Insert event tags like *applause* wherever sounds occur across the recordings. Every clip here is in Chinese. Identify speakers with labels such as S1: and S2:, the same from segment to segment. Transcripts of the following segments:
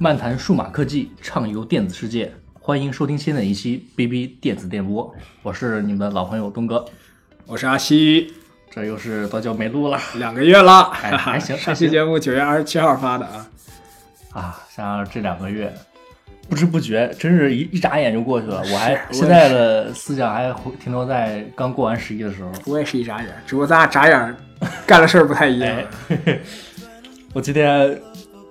S1: 漫谈数码科技，畅游电子世界，欢迎收听新的一期 BB 电子电波，我是你们的老朋友东哥，
S2: 我是阿西，
S1: 这又是多久没录了
S2: 两个月了，
S1: *laughs* 哎还
S2: *laughs*
S1: 行
S2: 上期节目九月二十七号发的啊，
S1: 啊？像这两个月，不知不觉，真是一一眨眼就过去了。啊我还现在的思想还回停留在刚过完十一的时候。
S2: 我也是一眨眼，只不过咱俩眨眼儿干的事儿不太一样。
S1: 哎，我今天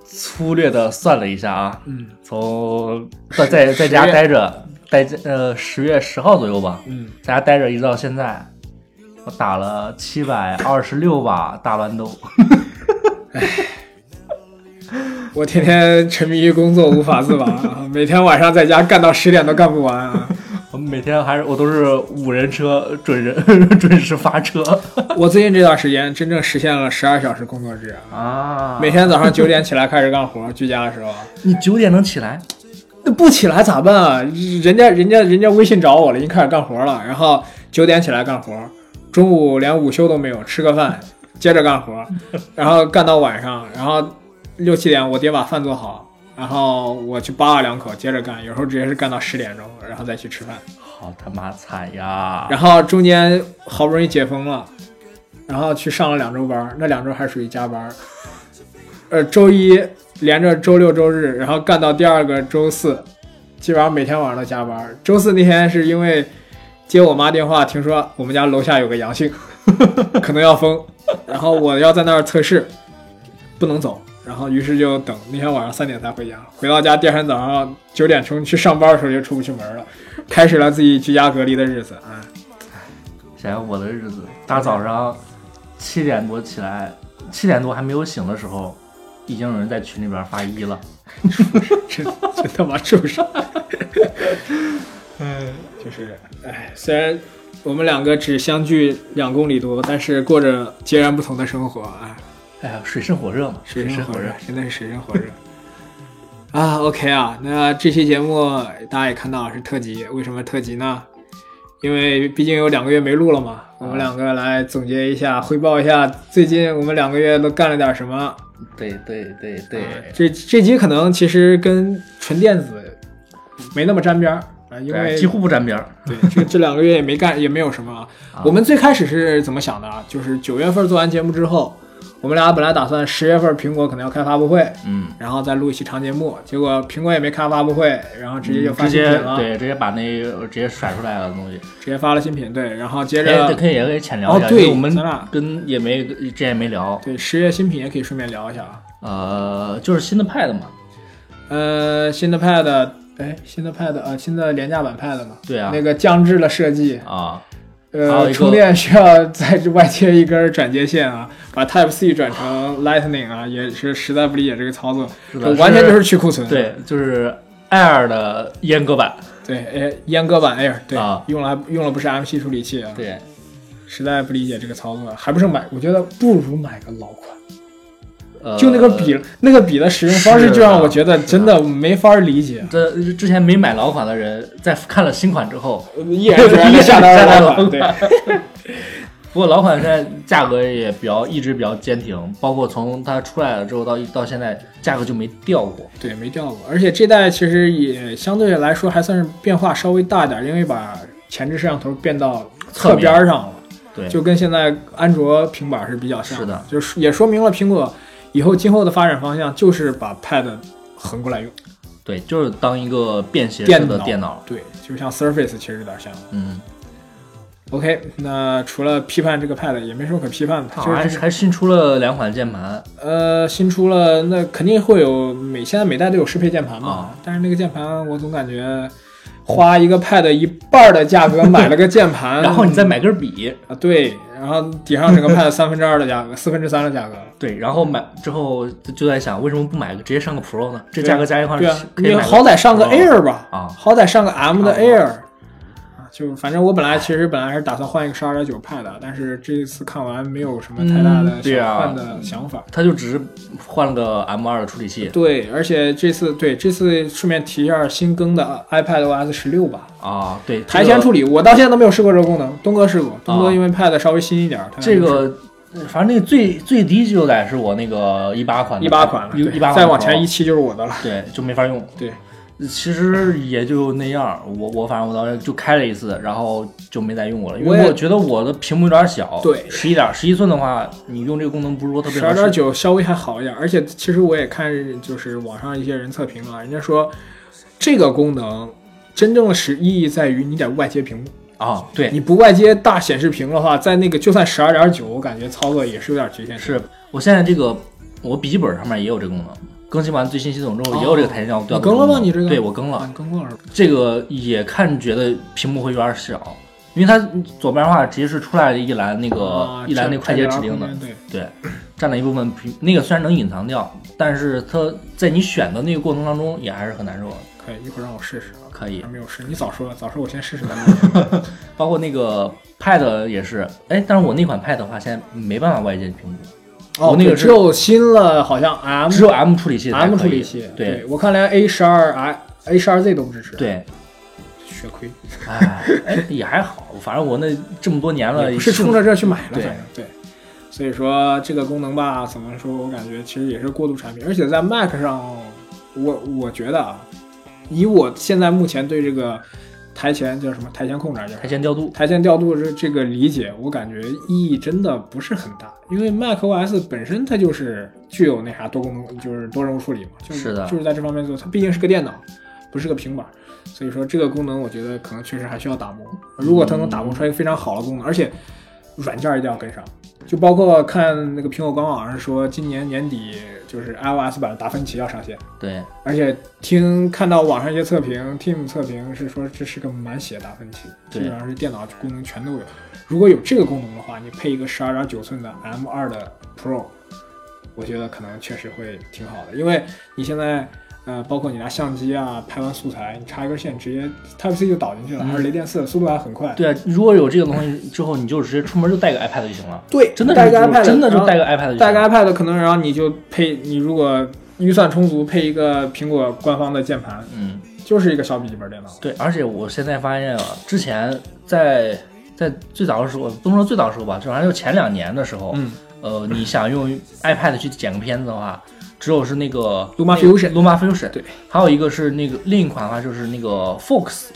S1: 粗略的算了一下啊，
S2: 嗯
S1: 从在在在家
S2: 十月
S1: 待着，待在呃十月十号左右吧，
S2: 嗯，
S1: 在家待着一直到现在，我打了七百二十六把大乱斗，
S2: 我天天沉迷于工作无法自拔
S1: *laughs*
S2: 啊，每天晚上在家干到十点都干不完啊。
S1: 我每天还是我都是五人车准人 *laughs* 准时发车
S2: 我最近这段时间真正实现了十二小时工作制啊，
S1: 啊
S2: 每天早上九点起来开始干活，居家的时候啊。
S1: 你九点能起来
S2: 那不起来咋办啊？人家人家人家微信找我了，已经开始干活了，然后九点起来干活，中午连午休都没有，吃个饭，接着干活，然后干到晚上，然后六七点我得把饭做好，然后我去扒拉两口，接着干，有时候直接是干到十点钟，然后再去吃饭，
S1: 好他妈惨呀！
S2: 然后中间好不容易解封了，然后去上了两周班，那两周还属于加班，呃，周一连着周六周日，然后干到第二个周四，基本上每天晚上都加班。周四那天是因为接我妈电话，听说我们家楼下有个阳性， *laughs* 可能要封，然后我要在那儿测试，不能走。然后，于是就等那天晚上三点才回家。回到家，第二天早上九点钟去上班的时候就出不去门了，开始了自己居家隔离的日子啊。
S1: 想想我的日子，大早上七点多起来，七点多还没有醒的时候，已经有人在群里边发一了。
S2: 真 *laughs* 真他妈畜生！嗯，就是，哎，虽然我们两个只相距两公里多，但是过着截然不同的生活啊，
S1: 哎呀，水深火热嘛，
S2: 水
S1: 深
S2: 深火热，，真的是水深火热。啊，OK 啊，那这期节目大家也看到了是特辑，为什么特辑呢？因为毕竟有两个月没录了嘛，我们两个来总结一下，汇报一下最近我们两个月都干了点什么。
S1: 对对对对
S2: 啊，这这集可能其实跟纯电子没那么沾边儿啊，因为
S1: 对几乎不沾边儿。
S2: 对这这两个月也没干也没有什么
S1: *laughs*
S2: 啊。我们最开始是怎么想的啊？就是九月份做完节目之后，我们俩本来打算十月份苹果可能要开发布会，
S1: 嗯，
S2: 然后再录一期长节目，结果苹果也没开发布会，然后直接就
S1: 嗯
S2: 发
S1: 直
S2: 新品
S1: 接
S2: 了，
S1: 对直接把那直接甩出来了的东西，
S2: 直接发了新品，对，然后接
S1: 哎，
S2: 着
S1: 对可以也可以浅聊一下，
S2: 哦
S1: 因
S2: 对
S1: 为我们
S2: 咱俩
S1: 跟也没之前也没聊，
S2: 对十月新品也可以顺便聊一下啊。
S1: 呃，就是新的 Pad 嘛，
S2: 呃，新的 Pad，哎，新的 Pad，呃，新的廉价版 Pad 嘛，
S1: 对啊
S2: 那个降智了设计，
S1: 啊，还有一
S2: 呃，
S1: 个
S2: 充电需要在外接一根转接线啊， *laughs* 把 Type C 转成 Lightning 啊，也是实在不理解这个操作，
S1: 是
S2: 这
S1: 的
S2: 完全就是是去库存。
S1: 对，就是 Air 的阉割版，
S2: 对，哎，阉割版 Air，对，
S1: 啊
S2: 用了用了不是 M7 处理器啊，
S1: 对，
S2: 实在不理解这个操作，还不是买，我觉得不如买个老款，
S1: 呃，
S2: 就那个笔、那个笔的使用方式，
S1: 是
S2: 就让
S1: 的
S2: 我觉得
S1: 是的
S2: 真的没法理解，
S1: 这之前没买老款的人，在看了新款之后，
S2: 毅 *laughs* 然决然的下单了老款，对，
S1: 不过老款现在价格也比较一直比较坚挺，包括从它出来了之后到到现在，价格就没掉过。
S2: 对，没掉过。而且这代其实也相对来说还算是变化稍微大一点，因为把前置摄像头变到侧边儿上了，
S1: 对，
S2: 就跟现在安卓平板是比较像。
S1: 是的，
S2: 就是也说明了苹果以后今后的发展方向就是把 Pad 横过来用。
S1: 对，就是当一个便携式的电
S2: 电
S1: 脑。
S2: 对，就像 Surface 其实有点像。
S1: 嗯，
S2: OK，那除了批判这个 Pad 也没什么可批判的，
S1: 它
S2: 就
S1: 还
S2: 是
S1: 还新出了两款键盘，
S2: 呃新出了，那肯定会有每现在每代都有适配键盘嘛，
S1: 啊
S2: 但是那个键盘我总感觉。花一个 Pad 一半儿的价格买了个键
S1: *laughs*
S2: 盘，
S1: 然后你再买根笔，
S2: 啊，对，然后抵上整个 Pad 三分之二的价格， *laughs* 四分之三的价格。
S1: 对，然后买之后就就在想，为什么不买个直接上个 Pro 呢？这价格加一块
S2: 对啊，
S1: 可
S2: 你
S1: 以买个
S2: 好歹上个
S1: Pro
S2: Air 吧，
S1: 啊，
S2: 好歹上个 M 的
S1: 啊
S2: Air。啊就反正我本来其实本来是打算换一个十二点九 Pad 的，但是这次看完没有什么太大
S1: 嗯
S2: 的
S1: 对
S2: 想
S1: 啊
S2: 换的想法。
S1: 它就只是换了个 M2 的处理器
S2: 对，而且这次对这次顺便提一下新更的呃 iPad OS 十六吧，
S1: 啊，对，这个啊
S2: 台前处理，我到现在都没有试过这个功能。东哥试过，东哥因为 Pad 稍微新一点，他
S1: 这个反正那个最最低就得是我那个一八款的，
S2: 一八款了，
S1: 一
S2: 对
S1: 八款
S2: 再往前
S1: Pro
S2: 一七就是我的了。
S1: 对，就没法用。
S2: 对，
S1: 其实也就那样儿，我我反正我当时就开了一次，然后就没再用过了，因
S2: 我
S1: 为
S2: 也
S1: 我觉得我的屏幕有点小，
S2: 对
S1: 十一点十一寸的话，你用这个功能不是说特别
S2: 十
S1: 合
S2: 二
S1: 适。
S2: 点九稍微还好一点，而且其实我也看就是网上一些人测评啊，人家说这个功能真正的实意义在于你得外接屏幕，
S1: 啊，对，
S2: 你不外接大显示屏的话，在那个就算十二点九，我感觉操作也是有点局限性。
S1: 是我现在这个我笔记本上面也有这个功能。更新完最新系统之后，
S2: 哦
S1: 也有这个台式调度
S2: 你更了吗
S1: 功能
S2: 你这个
S1: 对我更了
S2: 啊，，你更过了是吧？
S1: 这个也看觉得屏幕会有点小，因为它左边的话直接是出来了一栏那个、
S2: 啊
S1: 呃一栏那快捷指令的，
S2: 占，对，
S1: 对，占了一部分屏，那个虽然能隐藏掉，但是它在你选的那个过程当中也还是很难受的。
S2: 可以，一会儿让我试试啊，
S1: 可以
S2: 还，没有试，你早说，早说我先试 *laughs* 试再录。
S1: 包括那个 Pad 也是，哎，但是我那款 Pad 的话，现在没办法外接屏幕，我那个
S2: 哦对
S1: 是
S2: 只有新了，好像 M
S1: 只有 M 处理器才
S2: M
S1: 可
S2: 处
S1: 以
S2: 理器，
S1: 对
S2: 我看连 A 十二 I A 十二 Z 都不支持，，
S1: 对，
S2: 血亏。
S1: 哎，哎也还好，反正我那这么多年了，
S2: 也不是冲着这去买的，
S1: 对
S2: 反正对。所以说这个功能吧，怎么说？我感觉其实也是过渡产品，而且在 Mac 上，我我觉得啊，以我现在目前对这个台前叫什么台前控制啊还是叫
S1: 台前调度，
S2: 台前调度这这个理解，我感觉意义真的不是很大，因为 macOS 本身它就是具有那啥多功能，就是多任务处理嘛，就是
S1: 的
S2: 就是在这方面做，它毕竟是个电脑，不是个平板，所以说这个功能我觉得可能确实还需要打磨。如果它能打磨出来一个非常好的功能，而且软件一定要跟上，就包括看那个苹果官网上说，今年年底就是 iOS 版的达芬奇要上线。
S1: 对，
S2: 而且听看到网上一些测评，Team 测评是说这是个满血达芬奇，基
S1: 对
S2: 本上是电脑功能全都有。如果有这个功能的话，你配一个十二点九寸的 M 二的 Pro，我觉得可能确实会挺好的，因为你现在呃，包括你拿相机啊拍完素材，你插一根线直接 Type C 就导进去了，
S1: 嗯
S2: 还是雷电四，速度还很快。
S1: 对啊，如果有这个东西之后，你就直接出门就带个 iPad 就行了，
S2: 对
S1: 真的
S2: 带
S1: 是
S2: 个 iPad，
S1: 真的
S2: 然
S1: 就
S2: 后
S1: 带个 iPad 就行
S2: 带个
S1: 了
S2: iPad 可能，然后你就配，你如果预算充足，配一个苹果官方的键盘，
S1: 嗯。
S2: 就是一个小笔记本电脑。
S1: 对，而且我现在发现啊，之前在在最早的时候，不能说最早的时候吧，就反正就前两年的时候，
S2: 嗯，
S1: 呃，你想用 iPad 去剪个片子的话，只有是那个那
S2: Luma
S1: 个
S2: Fusion
S1: Luma Fusion，
S2: 对，
S1: 还有一个是那个另一款的话就是那个 Fox，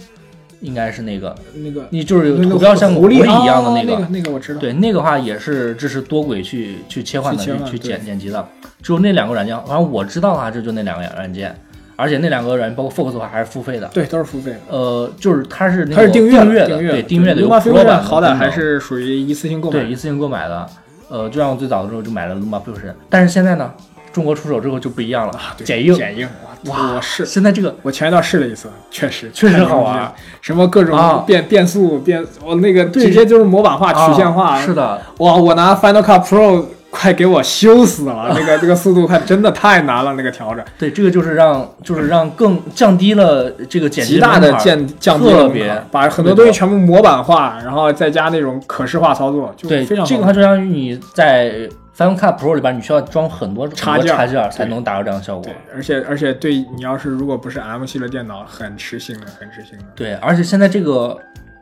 S1: 应该是那个，
S2: 那个
S1: 你就是有
S2: 那个
S1: 图标像
S2: 狐
S1: 狐狸
S2: 狸啊
S1: 一样的
S2: 那
S1: 个，
S2: 个那个我知道。
S1: 对，那个话也是支持多轨去去切换的，
S2: 去切
S1: 去
S2: 换
S1: 去
S2: 对
S1: 剪剪辑的，只有那两个软件，反正我知道的话，这就那两个软件，而且那两个软件包括 Fox 的话还是付费的，
S2: 对，都是付费的，
S1: 呃，就是它是那
S2: 它是
S1: 种
S2: 订
S1: 订阅
S2: 阅的订阅
S1: 对订阅的有
S2: Luma
S1: Pro
S2: Fusion
S1: 版的
S2: 好歹
S1: 功能
S2: 还是属于一次性购买。
S1: 对一，次性购买的，呃，就像我最早的时候就买了 Luma Fusion，但是现在呢，中国出手之后就不一样了，
S2: 啊对
S1: 剪映
S2: 剪映，
S1: 哇
S2: 哇，我试，
S1: 现在这个
S2: 我前一段试了一次，确实
S1: 确实
S2: 太牛
S1: 好
S2: 逼
S1: 玩
S2: 了，什么各种
S1: 啊
S2: 变变速变，我那个
S1: 对
S2: 直接就是模板化、曲线化
S1: 啊，是的，
S2: 哇，我拿 Final Cut Pro 快给我修死了，那个这个速度快真的太难了，那个调整
S1: 对，这个就是让就是让更降低了这个剪辑
S2: 极大的
S1: 门槛
S2: 降降低了
S1: 特别
S2: 门槛，把很多东西全部模板化，然后再加那种可视化操作，就
S1: 对，
S2: 非常
S1: 这个
S2: 好
S1: 它就相当于你在 Final Cut Pro 里边，你需要装很多
S2: 插
S1: 很多
S2: 件儿
S1: 插件儿才
S2: 对
S1: 能达到这样的效果
S2: 对。，而且而且对你要是如果不是 M 系列电脑，很吃性的，很吃性的。
S1: 对，而且现在这个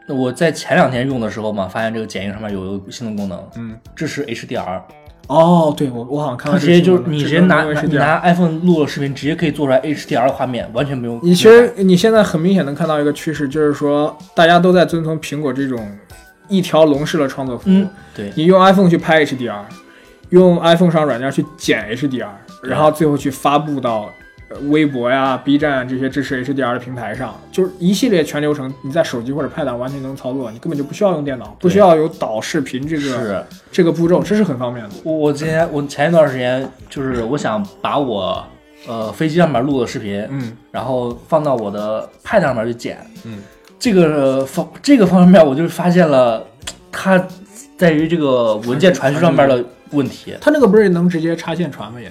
S1: 我在前两天用的时候嘛，发现这个剪映上面有一个新的功能，
S2: 嗯，
S1: 支持 HDR。
S2: 哦，对我我好像看
S1: 它
S2: 到
S1: 直接就是
S2: 这个
S1: 你
S2: 这
S1: 直
S2: 个
S1: 接拿
S2: 这个
S1: 拿
S2: 是
S1: 你
S2: 这样
S1: 拿 iPhone 录了视频，直接可以做出来 HDR 的画面，完全不用。
S2: 你其实你现在很明显能看到一个趋势，就是说大家都在遵从苹果这种一条龙式的创作服务。
S1: 嗯，对
S2: 你用 iPhone 去拍 HDR，用 iPhone 上软件去剪 HDR，
S1: 对
S2: 然后最后去发布到呃微博呀、B 站啊这些支持 HDR 的平台上，就是一系列全流程，你在手机或者 Pad 上完全能操作，你根本就不需要用电脑，不需要有导视频这个
S1: 是。
S2: 这个步骤，这是很方便的。
S1: 我我之前我前一段时间就是我想把我呃飞机上面录的视频，
S2: 嗯，
S1: 然后放到我的 Pad 上面去剪。
S2: 嗯，
S1: 这个呃方这个方面我就发现了，它在于这个文件传输上面的问题。
S2: 它那个不是能直接插线传吗？也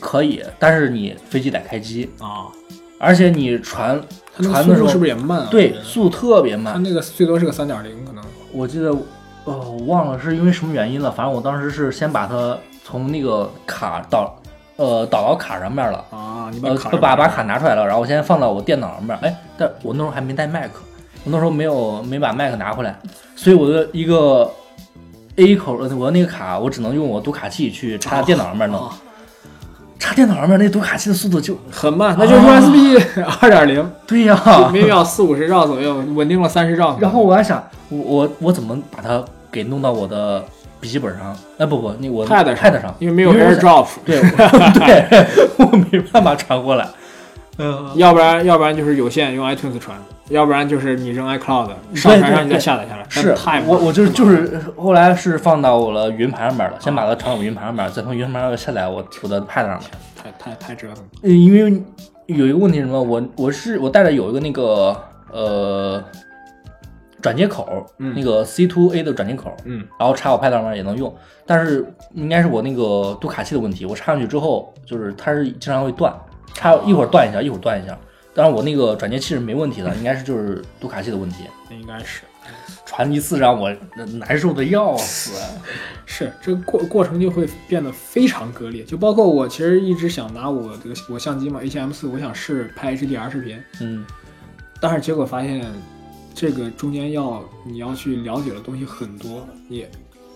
S1: 可以，但是你飞机得开机，
S2: 啊，而
S1: 而且你传
S2: 它那个
S1: 传
S2: 速
S1: 的时
S2: 度是不
S1: 候，
S2: 是也慢啊？我
S1: 对
S2: 觉得
S1: 速度特别
S2: 它
S1: 慢。
S2: 那个最多是个三点零，可能
S1: 我记得，哦，我忘了是因为什么原因了。反正我当时是先把它从那个卡导，呃，导到卡上面了，
S2: 啊，你把
S1: 呃，
S2: 卡
S1: 把把卡拿出来了，然后我先放到我电脑上面。哎，但我那时候还没带麦克，我那时候没有没把麦克拿回来，所以我的一个 A 口，呃我那个卡我只能用我读卡器去插电脑上面弄，
S2: 哦
S1: 插电脑上面那读卡器的速度就
S2: 很慢，那就是 *laughs* USB 二点零，
S1: 对呀、
S2: 每秒四五十兆左右，稳定了三十兆。
S1: 然后我还想，我我我怎么把它给弄到我的笔记本上？哎，不不，那我
S2: Pad 上
S1: Pad 上，
S2: 因为没有
S1: 因为我
S2: AirDrop，
S1: 对我 *laughs* 对，我没办法传过来。嗯、
S2: 要不然要不然就是有线用 iTunes 传，要不然就是你扔 iCloud 上传上你再下载下来。
S1: 是
S2: 那太慢
S1: 我
S2: 了
S1: 我就是就是后来是放到我的云盘上面了，先把它传到我云盘上面，再从云盘上面下载我我的 Pad 上面。
S2: 太太太折腾了。
S1: 嗯，因为有一个问题是什么，我我是我带着有一个那个呃转接口，
S2: 嗯
S1: 那个 C to A 的转接口，
S2: 嗯，
S1: 然后插我 Pad 上面也能用，但是应该是我那个读卡器的问题，我插上去之后，就是它是经常会断，插一会儿断一下，一会儿断一下。当然我那个转接器是没问题的，应该是就是读卡器的问题，
S2: 那应该是
S1: 传一次让我难受的要死。
S2: 是这个过过程就会变得非常割裂。就包括我其实一直想拿我这个我相机嘛，H M 四，我想试拍 HDR 视频，
S1: 嗯，
S2: 但是结果发现这个中间要你要去了解的东西很多，你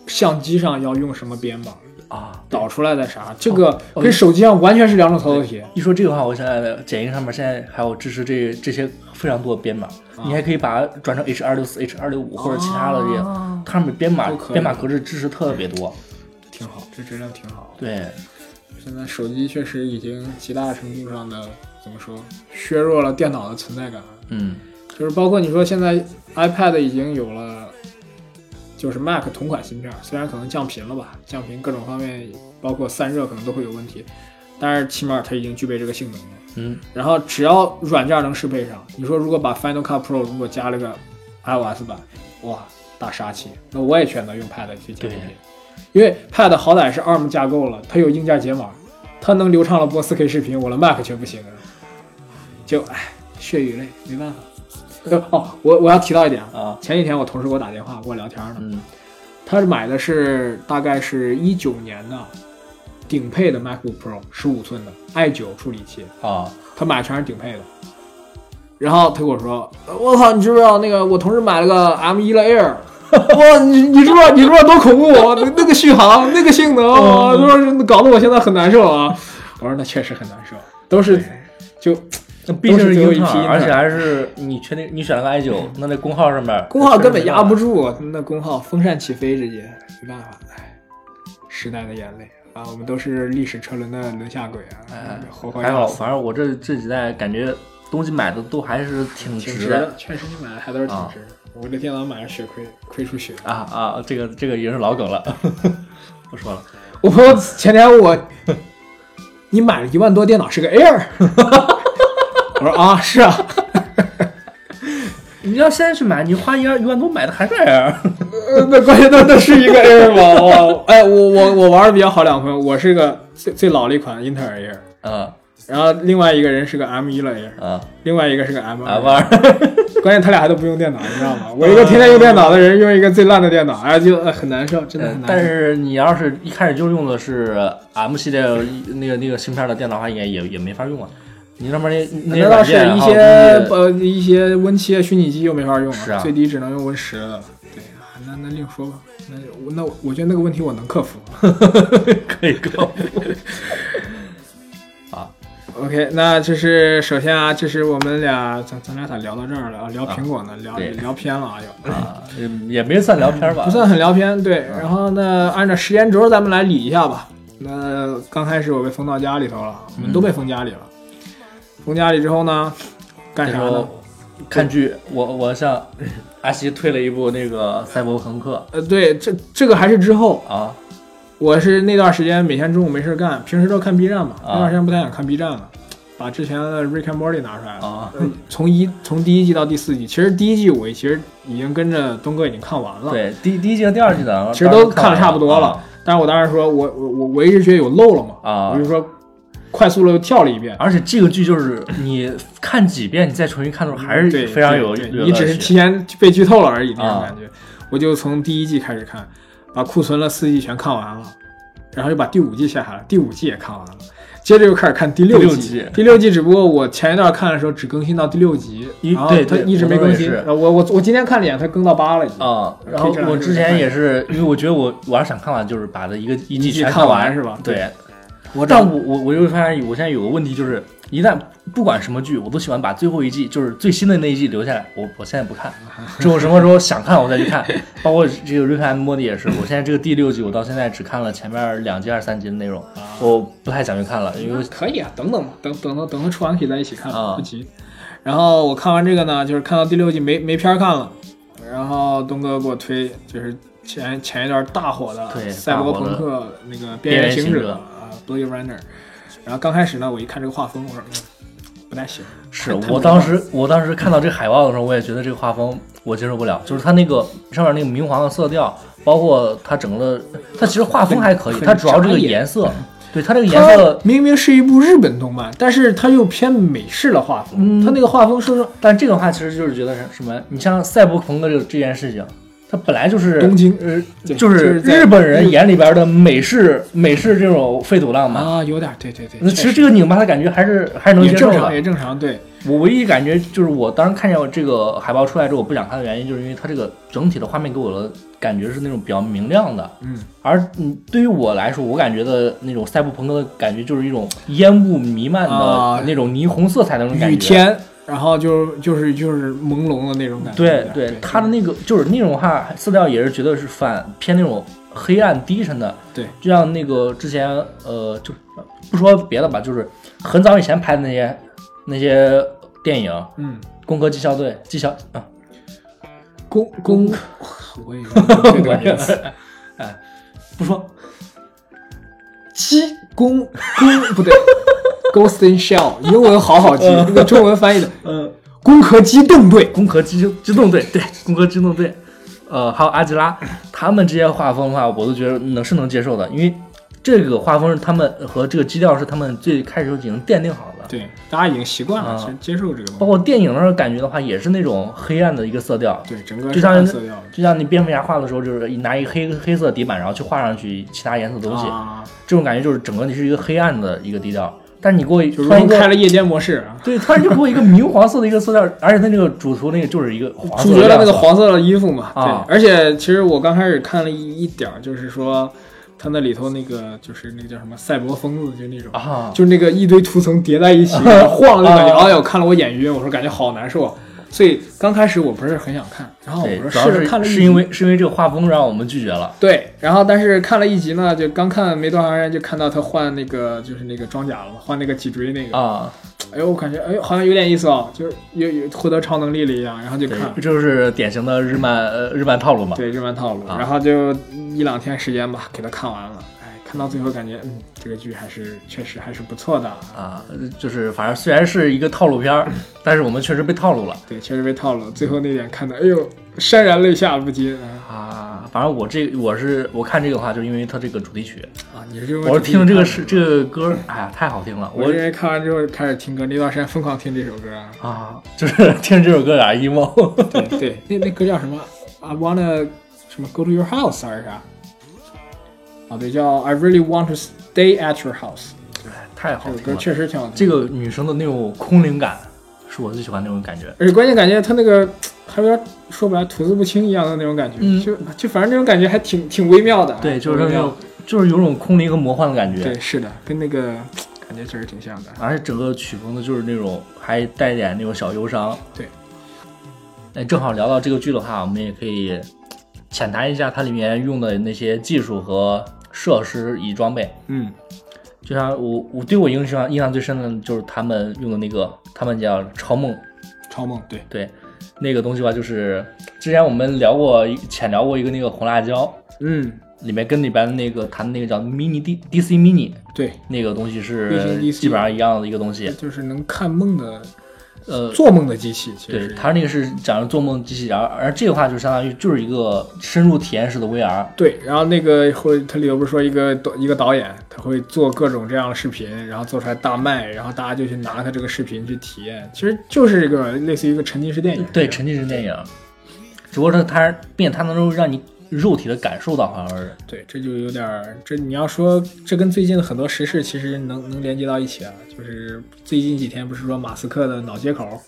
S2: 相机上要用什么编码，
S1: 啊，
S2: 导出来的啥，这个
S1: 哦
S2: 跟手机上完全是两种操作体。
S1: 一说这个话，我想起来了，剪映上面现在还有支持这这些非常多的编码，
S2: 啊
S1: 你还可以把它转成 H 二六四、H 二六五或者其他的这些，
S2: 啊
S1: 它上面编码
S2: 都可以
S1: 编码格式支持特别多。
S2: 挺好，这质量挺好。
S1: 对，
S2: 现在手机确实已经极大程度上的怎么说，削弱了电脑的存在感。
S1: 嗯，
S2: 就是包括你说现在 iPad 已经有了，就是 Mac 同款芯片，虽然可能降频了吧，降频各种方面，包括散热可能都会有问题，但是起码它已经具备这个性能了。
S1: 嗯，
S2: 然后只要软件能适配上，你说如果把 Final Cut Pro 如果加了个 iOS 版，哇，大杀器！那我也选择用 Pad 去解决
S1: 对，
S2: 因为 Pad 好歹是 ARM 架构了，它有硬件解码，它能流畅的播 4K 视频，我的 Mac 却不行啊，就唉，血与泪，没办法。呃哦，我我要提到一点啊，
S1: 啊，
S2: 前几天我同事给我打电话，跟我聊天呢，
S1: 嗯
S2: 他是买的是大概是一九年的顶配的 MacBook Pro 十五寸的 i 9处理器，
S1: 啊，
S2: 他买的全是顶配的。然后他跟我说：“呃我操，你知不知道那个我同事买了个 M 1的 Air？哇，你你知不知道你知不知道多恐怖？啊那那个续航，那个性能，我
S1: 嗯
S2: 说搞得我现在很难受啊！”我说：“那确实很难受，都是就
S1: 那毕竟是
S2: 都是最后一
S1: 英
S2: 批
S1: 特尔，
S2: 呢
S1: 而且还是你确定你选了个 i *laughs* 九，那那功耗上面
S2: 功耗根本压不
S1: 住。
S2: 住，啊那功耗风扇起飞直接没办法，唉，时代的眼泪啊，我们都是历史车轮的轮下鬼啊，活活
S1: 哎还
S2: 要
S1: 好，
S2: 死。
S1: 反正我这这几代感觉东西买的都还是挺
S2: 挺
S1: 值
S2: 值
S1: 的
S2: 的，确实你买的还都是挺值的。我这电脑买了血亏，亏出血。
S1: 啊啊！这个这个也是老梗了， *laughs* 不说了。
S2: 我我前天我， *laughs* 你买了一万多电脑是个 *laughs* Air，我说啊是啊，
S1: 你要现在去买，你花一万一万多买的还是 Air
S2: 呃那关键那那是一 *laughs* 个 Air 吗？我哎我我我玩的比较好两款，我是个最最老的一款英特尔 Air，
S1: *laughs* 啊
S2: 然后另外一个人是个 M 1的 Air。
S1: 啊
S2: 另外一个是个 M 嗯
S1: 啊！
S2: 2
S1: 玩
S2: 关键他俩还都不用电脑，你知道 *laughs* 吗？我一个天天用电脑的人，用一个最烂的电脑，哎，就呃很难受，真的很难受。
S1: 但是你要是一开始就用的是 M 系列那个那个芯片的电脑的话，也也也没法用啊。你上面那那
S2: 那倒是
S1: 软件
S2: 一
S1: 还有
S2: 些
S1: 东西
S2: 呃一些 Win 7的虚拟机又没法用
S1: 是
S2: 了，
S1: 啊
S2: 最低只能用 Win 10的了。对啊，那那另说吧。那我那我我觉得那个问题我能克服。
S1: 可以搞。
S2: OK，那这是首先啊，这是我们俩咱咱俩咋聊到这儿了啊？聊苹果呢，聊
S1: 对
S2: 聊偏了啊又。
S1: 啊，也没算聊天吧，
S2: 不算很聊偏，对。然后呢，按照时间轴咱们来理一下吧。那刚开始我被封到家里头了，我们都被
S1: 嗯
S2: 封家里了。封家里之后呢，干啥
S1: 那时
S2: 呢？
S1: 候看剧，我我向阿西推了一部那个《赛博朋克
S2: 呃，对，这这个还是之后，》
S1: 啊，
S2: 我是那段时间每天中午没事干，平时都看 B 站嘛，
S1: 啊
S2: 那段时间不太想看 B 站了，把之前的《Rick and Morty》拿出来了。
S1: 啊，
S2: 呃从一从第一季到第四季，其实第一季我其实已经跟着东哥已经看完了，
S1: 对，第第一季和第二季的，
S2: 其实都
S1: 看
S2: 看
S1: 完
S2: 的差不多了。但是我当时说我我我我一直觉得有漏了嘛，
S1: 啊
S2: 我就说快速的又跳了一遍，
S1: 而且这个剧就是你看几遍，你再重新看的时候，还是
S2: 对
S1: 非常有
S2: 对
S1: 有
S2: 对你只
S1: 乐
S2: 是
S1: 趣
S2: 提前被剧透了而已那种
S1: 啊
S2: 感觉。我就从第一季开始看，把库存了四季全看完了，然后又把第五季下下来，第五季也看完了。接着又开始看第六
S1: 第六
S2: 季
S1: 季，
S2: 第六季只不过我前一段看的时候只更新到第六集，
S1: 一
S2: 然后
S1: 对
S2: 它
S1: 对
S2: 一直没更新。
S1: 我也是
S2: 然后我我我今天看了一眼，它更到八了已经。
S1: 啊、然后
S2: 可以这样
S1: 我
S2: 就
S1: 之
S2: 是
S1: 前
S2: 看
S1: 也是，因为我觉得我我要是想看完，就是把这一个一季
S2: 季
S1: 全
S2: 看完
S1: 完
S2: 是吧
S1: 对，
S2: 我
S1: 但我我我就发现，我现在有个问题就是，一旦不管什么剧，我都喜欢把最后一季，就是最新的那一季留下来。我我现在
S2: *laughs*
S1: 不看，只有什么时候想看我再去看。包括这个《瑞克和莫蒂》也是，我现在这个第六季，我到现在只看了前面两集还是三集的内容，
S2: 啊
S1: 我不太想去看了，因为
S2: 可以啊，等等吧，等等等等它出完可以在一起看，
S1: 啊
S2: 不急。然后我看完这个呢，就是看到第六季没没片儿看了，然后东哥给我推就是前前一段大火的
S1: 对
S2: 赛博朋克那个《边
S1: 边缘
S2: 缘行
S1: 行者
S2: 啊，《Blade Runner》。然后刚开始呢，我一看这个画风，我说、嗯、不太行，
S1: 是
S2: 太
S1: 我
S2: 太
S1: 当时我当时看到这海报的时候，我也觉得这个画风我接受不了，就是它那个上面那个明黄的色调，包括它整个，它其实画风还可以，
S2: 很
S1: 它主要这
S2: 扎
S1: 个
S2: 眼
S1: 颜色，对它这个颜
S2: 它
S1: 色，
S2: 明明是一部日本动漫，但是它又偏美式的画风。
S1: 嗯
S2: 它那个画风说是
S1: 但这个话其实就是觉得是什么？你像赛博朋克这个这件事情，它本来就是
S2: 东京
S1: 呃，就
S2: 对就是
S1: 是
S2: 在
S1: 日本人眼里边的美式美式这种废土浪漫。
S2: 啊，有点对对对，
S1: 那其
S2: 确
S1: 实这个拧巴的感觉还是还是能
S2: 也
S1: 接受
S2: 正
S1: *laughs*
S2: 常，
S1: 的。
S2: 也正常，对。
S1: 我唯一感觉就是我当时看见我这个海报出来之后，我不想看的原因，就是因为它这个整体的画面给我的感觉是那种比较明亮的。
S2: 嗯，
S1: 而嗯，对于我来说，我感觉的那种赛博朋克的感觉就是一种烟雾弥漫
S2: 啊
S1: 的那种霓虹色彩的那种感觉。
S2: 雨天，然后就就是就是朦胧的那种感觉。
S1: 对
S2: 对
S1: 对，，
S2: 嗯
S1: 他的那个就是那种呃话色调也是觉得是反偏那种黑暗低沉的。
S2: 对，
S1: 就像那个之前呃，就不说别的吧，就是很早以前拍的那些那些电影，《
S2: 嗯，
S1: 攻壳机校队》、《机校》啊，
S2: 公公，我也 *laughs* 这个名字，
S1: *laughs* 哎，不说
S2: 鸡公公不对，Ghost in Shell，英文好
S1: *laughs*
S2: 好记，
S1: 嗯
S2: 那个中文翻译的
S1: 呃，
S2: 攻壳机动队，
S1: 攻壳机机动队，对，攻壳机动队，呃，还有阿吉拉，他们这些画风的话，我都觉得能是能接受的，因为这个画风是他们和这个基调是他们最开始就已经奠定好的。
S2: 对，大家已经习惯了，
S1: 啊
S2: 先接受这个
S1: 包
S2: 东西。
S1: 括电影那种感觉的话，也是那种黑暗的一个色调，
S2: 对，整个
S1: 就是像
S2: 暗色调的
S1: 就像你蝙蝠侠画的时候，就是拿一个黑黑色底板，然后去画上去其他颜色的东西，
S2: 啊，
S1: 这种感觉就是整个你是一个黑暗的一个低调。但你给我
S2: 就是
S1: 突然一
S2: 开
S1: 个
S2: 了夜间模式啊。
S1: 对，突然就给我一个明黄色的一个色调，而且它那个主图那个就是一个黄色
S2: 主角的那个
S1: 亮色
S2: 黄色的衣服嘛，对
S1: 啊，
S2: 而且其实我刚开始看了一一点儿，就是说他那里头那个就是那个叫什么赛博疯子，就那种
S1: 啊，
S2: 就是那个一堆涂层叠在一起然后晃的
S1: *laughs*
S2: 感觉，哎呦，看了我眼晕，我说感觉好难受啊。所以刚开始我不是很想看，然后
S1: 对，
S2: 哦我说
S1: 主要
S2: 试着
S1: 是
S2: 看了一集，
S1: 是因为是因为这个画风让我们拒绝了。
S2: 对，然后但是看了一集呢，就刚看没多长时间就看到他换那个就是那个装甲了嘛，换那个脊椎那个，
S1: 啊，
S2: 哎呦，我感觉哎呦好像有点意思哦，就是有有获得超能力了一样，然后就看了
S1: 对，。就是典型的日漫呃日漫套路嘛。
S2: 对日漫套路，
S1: 啊
S2: 然后就一两天时间吧，给他看完了。哎，看到最后感觉，嗯，这个剧还是确实还是不错的。
S1: 啊，就是反正虽然是一个套路片儿，但是我们确实被套路了。
S2: 对，确实被套路，最后那点看的，哎呦，潸然泪下不禁啊！
S1: 啊，反正我这我是我看这个话，就是因为它这个主题曲，
S2: 啊，你是因为
S1: 我是听这个是
S2: 是，
S1: 这个歌，哎呀，太好听了，
S2: 我
S1: 我
S2: 因为看完之后开始听歌，那段时间疯狂听这首歌啊。
S1: 啊，就是 *laughs* 听这首歌有点 emo，
S2: 对 *laughs* 对，那那歌叫什么？I wanna 什么 go to your house 还是啥？
S1: 嗯
S2: 啊，对，叫 I really want to stay at your house。
S1: 哎 *laughs* 太好
S2: 这首
S1: 听
S2: 歌
S1: 了。
S2: 确实挺好听。
S1: 这个女生的那种空灵感，是我最喜欢那种感觉。
S2: 而且关键感觉他那个还有点说不来吐字不清一样的那种感觉，
S1: 嗯
S2: 就就反正那种感觉还挺挺微妙的啊。
S1: 对，就是
S2: 挺微
S1: 那
S2: 妙
S1: 种就是有种空灵和魔幻的感觉，
S2: 对，是的，跟那个感觉确实挺像的。
S1: 而且整个曲风呢，就是那种还带点那种小忧伤。
S2: 对，
S1: 哎，正好聊到这个剧的话，我们也可以浅谈一下它里面用的那些技术和设施以及装备。
S2: 嗯，
S1: 就像我我对我印象印象最深的就是他们用的那个，他们叫超梦
S2: 超梦对，
S1: 对那个东西吧，就是之前我们聊过一浅聊过一个那个红辣椒，
S2: 嗯
S1: 里面跟里边的那个谈的那个叫 mini D D C mini
S2: 对，
S1: 那个东西
S2: VGDC
S1: 是基本上一样的一个东西，
S2: 就是能看梦的
S1: 呃。
S2: 做梦的机器，其
S1: 对
S2: 实，
S1: 它那个是讲的做梦机器人，而这个话就相当于就是一个深入体验式的 VR，
S2: 对，然后那个会，它里头不是说一个导一个导演，他会做各种这样的视频，然后做出来大卖，然后大家就去拿他这个视频去体验，其实就是一个类似于一个沉浸式电影。
S1: 对，沉浸式电影。只不过它它，并且它能够让你肉体的感受到，好像是
S2: 对，这就有点儿，这你要说这跟最近的很多时事其实能能连接到一起啊，就是最近几天不是说马斯克的脑接口，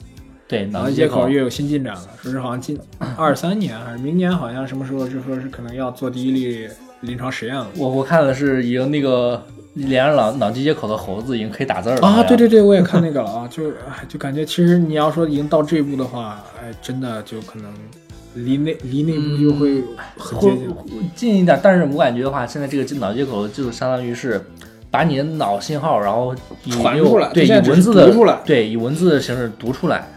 S1: 对
S2: 脑
S1: 脑
S2: 机
S1: 接
S2: 接口又有新进展了，说是好像今二三年还是明年，好像什么时候就说是可能要做第一例临床实验了。
S1: 我我看的是已经那个连着脑脑机接口的猴子已经可以打字儿了
S2: 啊，对，对对，我也看那个了啊，就哎，就感觉其实你要说已经到这一步的话，哎，真的就可能离那离那步就会很
S1: 会
S2: 接近。
S1: 会近一点，但是我感觉的话，现在这个脑接口就是相当于是把你的脑信号，然后以
S2: 传
S1: 用
S2: 出来
S1: 对，以
S2: 现在只
S1: 文字
S2: 是
S1: 的
S2: 读出来
S1: 对，以文字的形式读出来。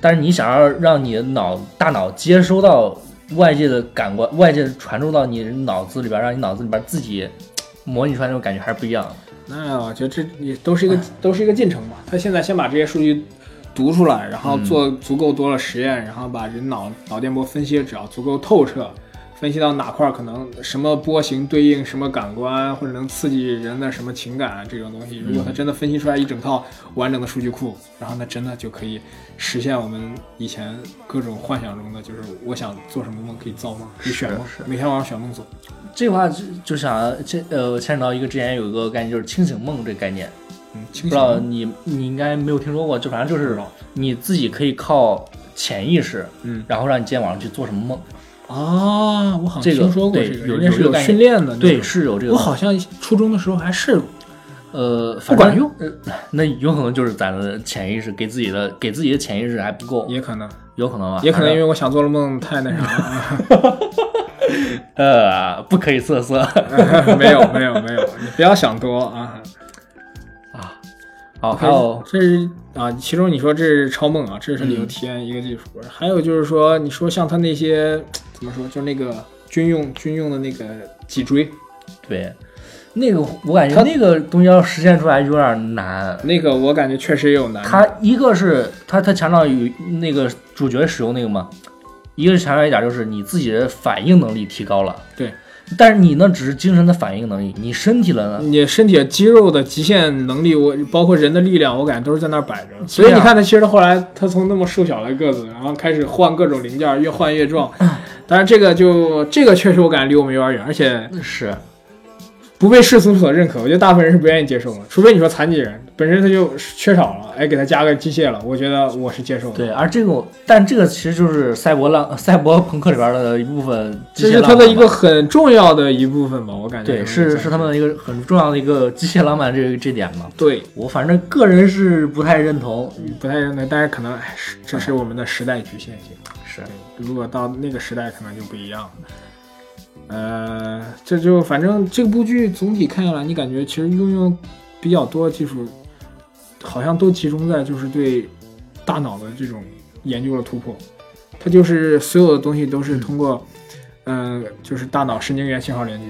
S1: 但是你想要让你的脑大脑接收到外界的感官，外界传入到你脑子里边，让你脑子里边自己模拟出来那种感觉还是不一样的。
S2: 那我觉得这也都是一
S1: 哎
S2: 个都是一个进程嘛。他现在先把这些数据读出来，然后做
S1: 嗯
S2: 足够多的实验，然后把人脑脑电波分析，只要足够透彻，分析到哪块儿可能什么波形对应什么感官，或者能刺激人的什么情感啊这种东
S1: 嗯
S2: 西。如果他真的分析出来一整套完整的数据库，然后那真的就可以实现我们以前各种幻想中的，就是我想做什么梦可以造梦，可以选梦，
S1: 是
S2: 每天晚上选梦做。
S1: 这话就就想这呃牵扯到一个之前有一个概念就是清醒梦这个概念，
S2: 嗯，
S1: 不知
S2: 清醒
S1: 道
S2: 梦。
S1: 你你应该没有听说过，就反正就
S2: 不
S1: 是
S2: 知道
S1: 你自己可以靠潜意识，
S2: 嗯
S1: 然后让你今天晚上去做什么梦，
S2: 啊，我好像
S1: 这个
S2: 听说过
S1: 对
S2: 这个，
S1: 有
S2: 人家
S1: 有
S2: 是
S1: 这个概念
S2: 训练的。
S1: 对，，是有这个
S2: 嗯我，好像初中的时候还试过。
S1: 呃，
S2: 不管
S1: 用，呃那有可能就是咱的潜意识给自己的给自己的潜意识还不够，
S2: 也可能，
S1: 有可能啊，
S2: 也可能
S1: 反
S2: 因为
S1: 正
S2: 我想做了梦太那啥
S1: *laughs* 呃不可以色色
S2: *laughs* 了，没有没有没有，你不要想多啊。
S1: 啊，好，还有
S2: 这是啊，其中你说这是超梦啊，这是旅游体验一个技术，还有就是说，你说像他那些怎么说，就那个军用军用的那个脊椎，
S1: 对。那个我感觉
S2: 它
S1: 那个东西要实现出来有点难，
S2: 那个我感觉确实也有难度。
S1: 他一个是他他强调与那个主角使用那个嘛，一个是强调一点就是你自己的反应能力提高了，
S2: 对，
S1: 但是你呢只是精神的反应能力，你身体的呢，
S2: 你身体肌肉的极限能力，我包括人的力量，我感觉都是在那儿摆着。所以
S1: 啊
S2: 你看他，其实后来他从那么瘦小的个子，然后开始换各种零件，越换越壮。
S1: 嗯
S2: 但是这个就这个确实我感觉离我们有点远，而且
S1: 是
S2: 不被世俗所认可。我觉得大部分人是不愿意接受的，除非你说残疾人本身他就缺少了，哎，给他加个机械了，我觉得我是接受的。
S1: 对，而这个但这个其实就是赛博浪 *laughs* 赛博朋克里边的一部分，
S2: 这是他的一个。很重要的一部分吧，我感觉
S1: 对，是是他们的一个很重要的一个机械浪漫这这点嘛，
S2: 对
S1: 我反正个人是不太认同，
S2: 不太认同，但是可能哎，是这是我们的时代局限性。
S1: 是
S2: 对，如果到那个时代，可能就不一样了。呃，这就反正这部剧总体看下来，你感觉其实运用比较多的技术，好像都集中在就是对大脑的这种研究的突破。它就是所有的东西都是通过，嗯、就是大脑神经元信号连接，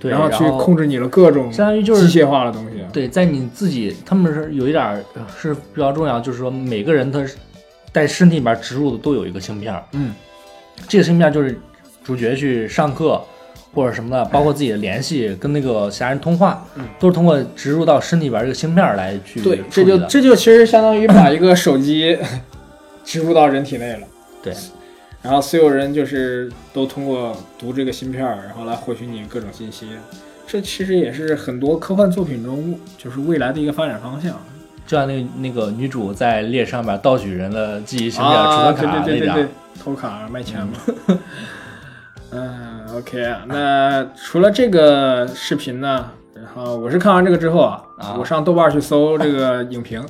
S1: 对，
S2: 然
S1: 然
S2: 后去控制你的各种
S1: 相当于就是
S2: 机械化的东西。啊
S1: 对，在你自己，他们是有一点儿呃是比较重要，就是说每个人他是在身体里面植入的都有一个芯片儿，
S2: 嗯，
S1: 这个芯片儿就是主角去上课或者什么的，包括自己的联系跟那个其他人通话，
S2: 嗯
S1: 都是通过植入到身体里边儿这个芯片儿来去
S2: 对，
S1: 处
S2: 这
S1: 理
S2: 就
S1: 的
S2: 这就其实相当于把一个手机 *coughs* 植入到人体内了。
S1: 对，
S2: 然后所有人就是都通过读这个芯片儿，然后来获取你各种信息。这其实也是很多科幻作品中就是未来的一个发展方向。
S1: 就像那个那个女主在猎上面盗取人的记忆芯片儿、
S2: 啊，
S1: 储存卡
S2: 对
S1: 那
S2: 对对
S1: 点
S2: 对
S1: 儿
S2: 对，，偷卡卖钱嘛。 *laughs* 嗯 OK 啊，那除了这个视频呢，然后我是看完这个之后啊，
S1: 啊
S2: 我上豆瓣去搜这个影评，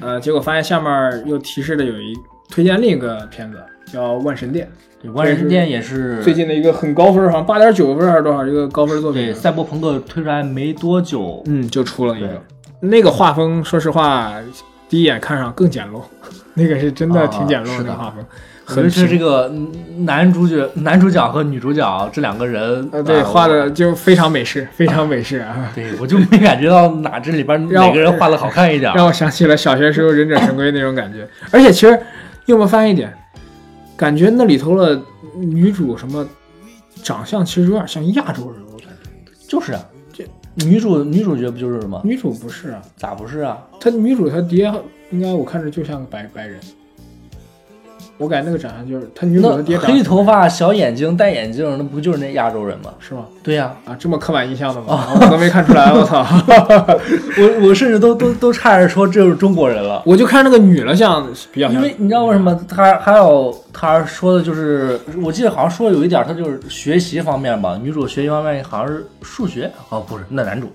S2: 呃，结果发现下面又提示的有一推荐另一个片子叫《万神殿
S1: 对万人之殿也是》，
S2: 最近的一个很高分儿，好像八点九分还是多少一个高分作
S1: 对
S2: 品，
S1: 赛博朋克推出来没多久，
S2: 嗯，就出了一
S1: 对
S2: 个。那个画风，说实话，第一眼看上更简陋， *laughs* 那个是真的挺简
S1: 啊
S2: 陋
S1: 是的
S2: 那个画风，
S1: 尤
S2: 很
S1: 其是
S2: 平
S1: 这个嗯男主角、男主角和女主角这两个人，
S2: 呃，对，
S1: 啊
S2: 画的，就非常美式，非常美式啊，
S1: 对我就没感觉到哪这里边
S2: 让我
S1: 哪个人画的好看一点。
S2: *laughs* 让我想起了小学时候忍者神龟那种感觉。而且其实，你有没有发现一点？感觉那里头的女主什么长相其实有点像亚洲人，我感觉
S1: 就是啊，这女主女主角不就是吗？
S2: 女主不是啊，
S1: 咋不是啊？
S2: 她女主她爹应该我看着就像个白白人，我感觉那个长相就是他女主的爹
S1: 那
S2: 长
S1: 黑头发、小眼睛、戴眼镜，那不就是那亚洲人吗？
S2: 是吗？
S1: 对呀、
S2: 啊，这么刻板印象的
S1: 啊
S2: 吗？我都没看出来，
S1: *laughs*
S2: 我操！ *laughs*
S1: 我我甚至都都都差点说这就是中国人了。
S2: 我就看那个女的像比啊较像，
S1: 因为你知道为什么他还有他说的就是，我记得好像说有一点，他就是学习方面吧，女主学习方面好像是数学哦，不是，那男主，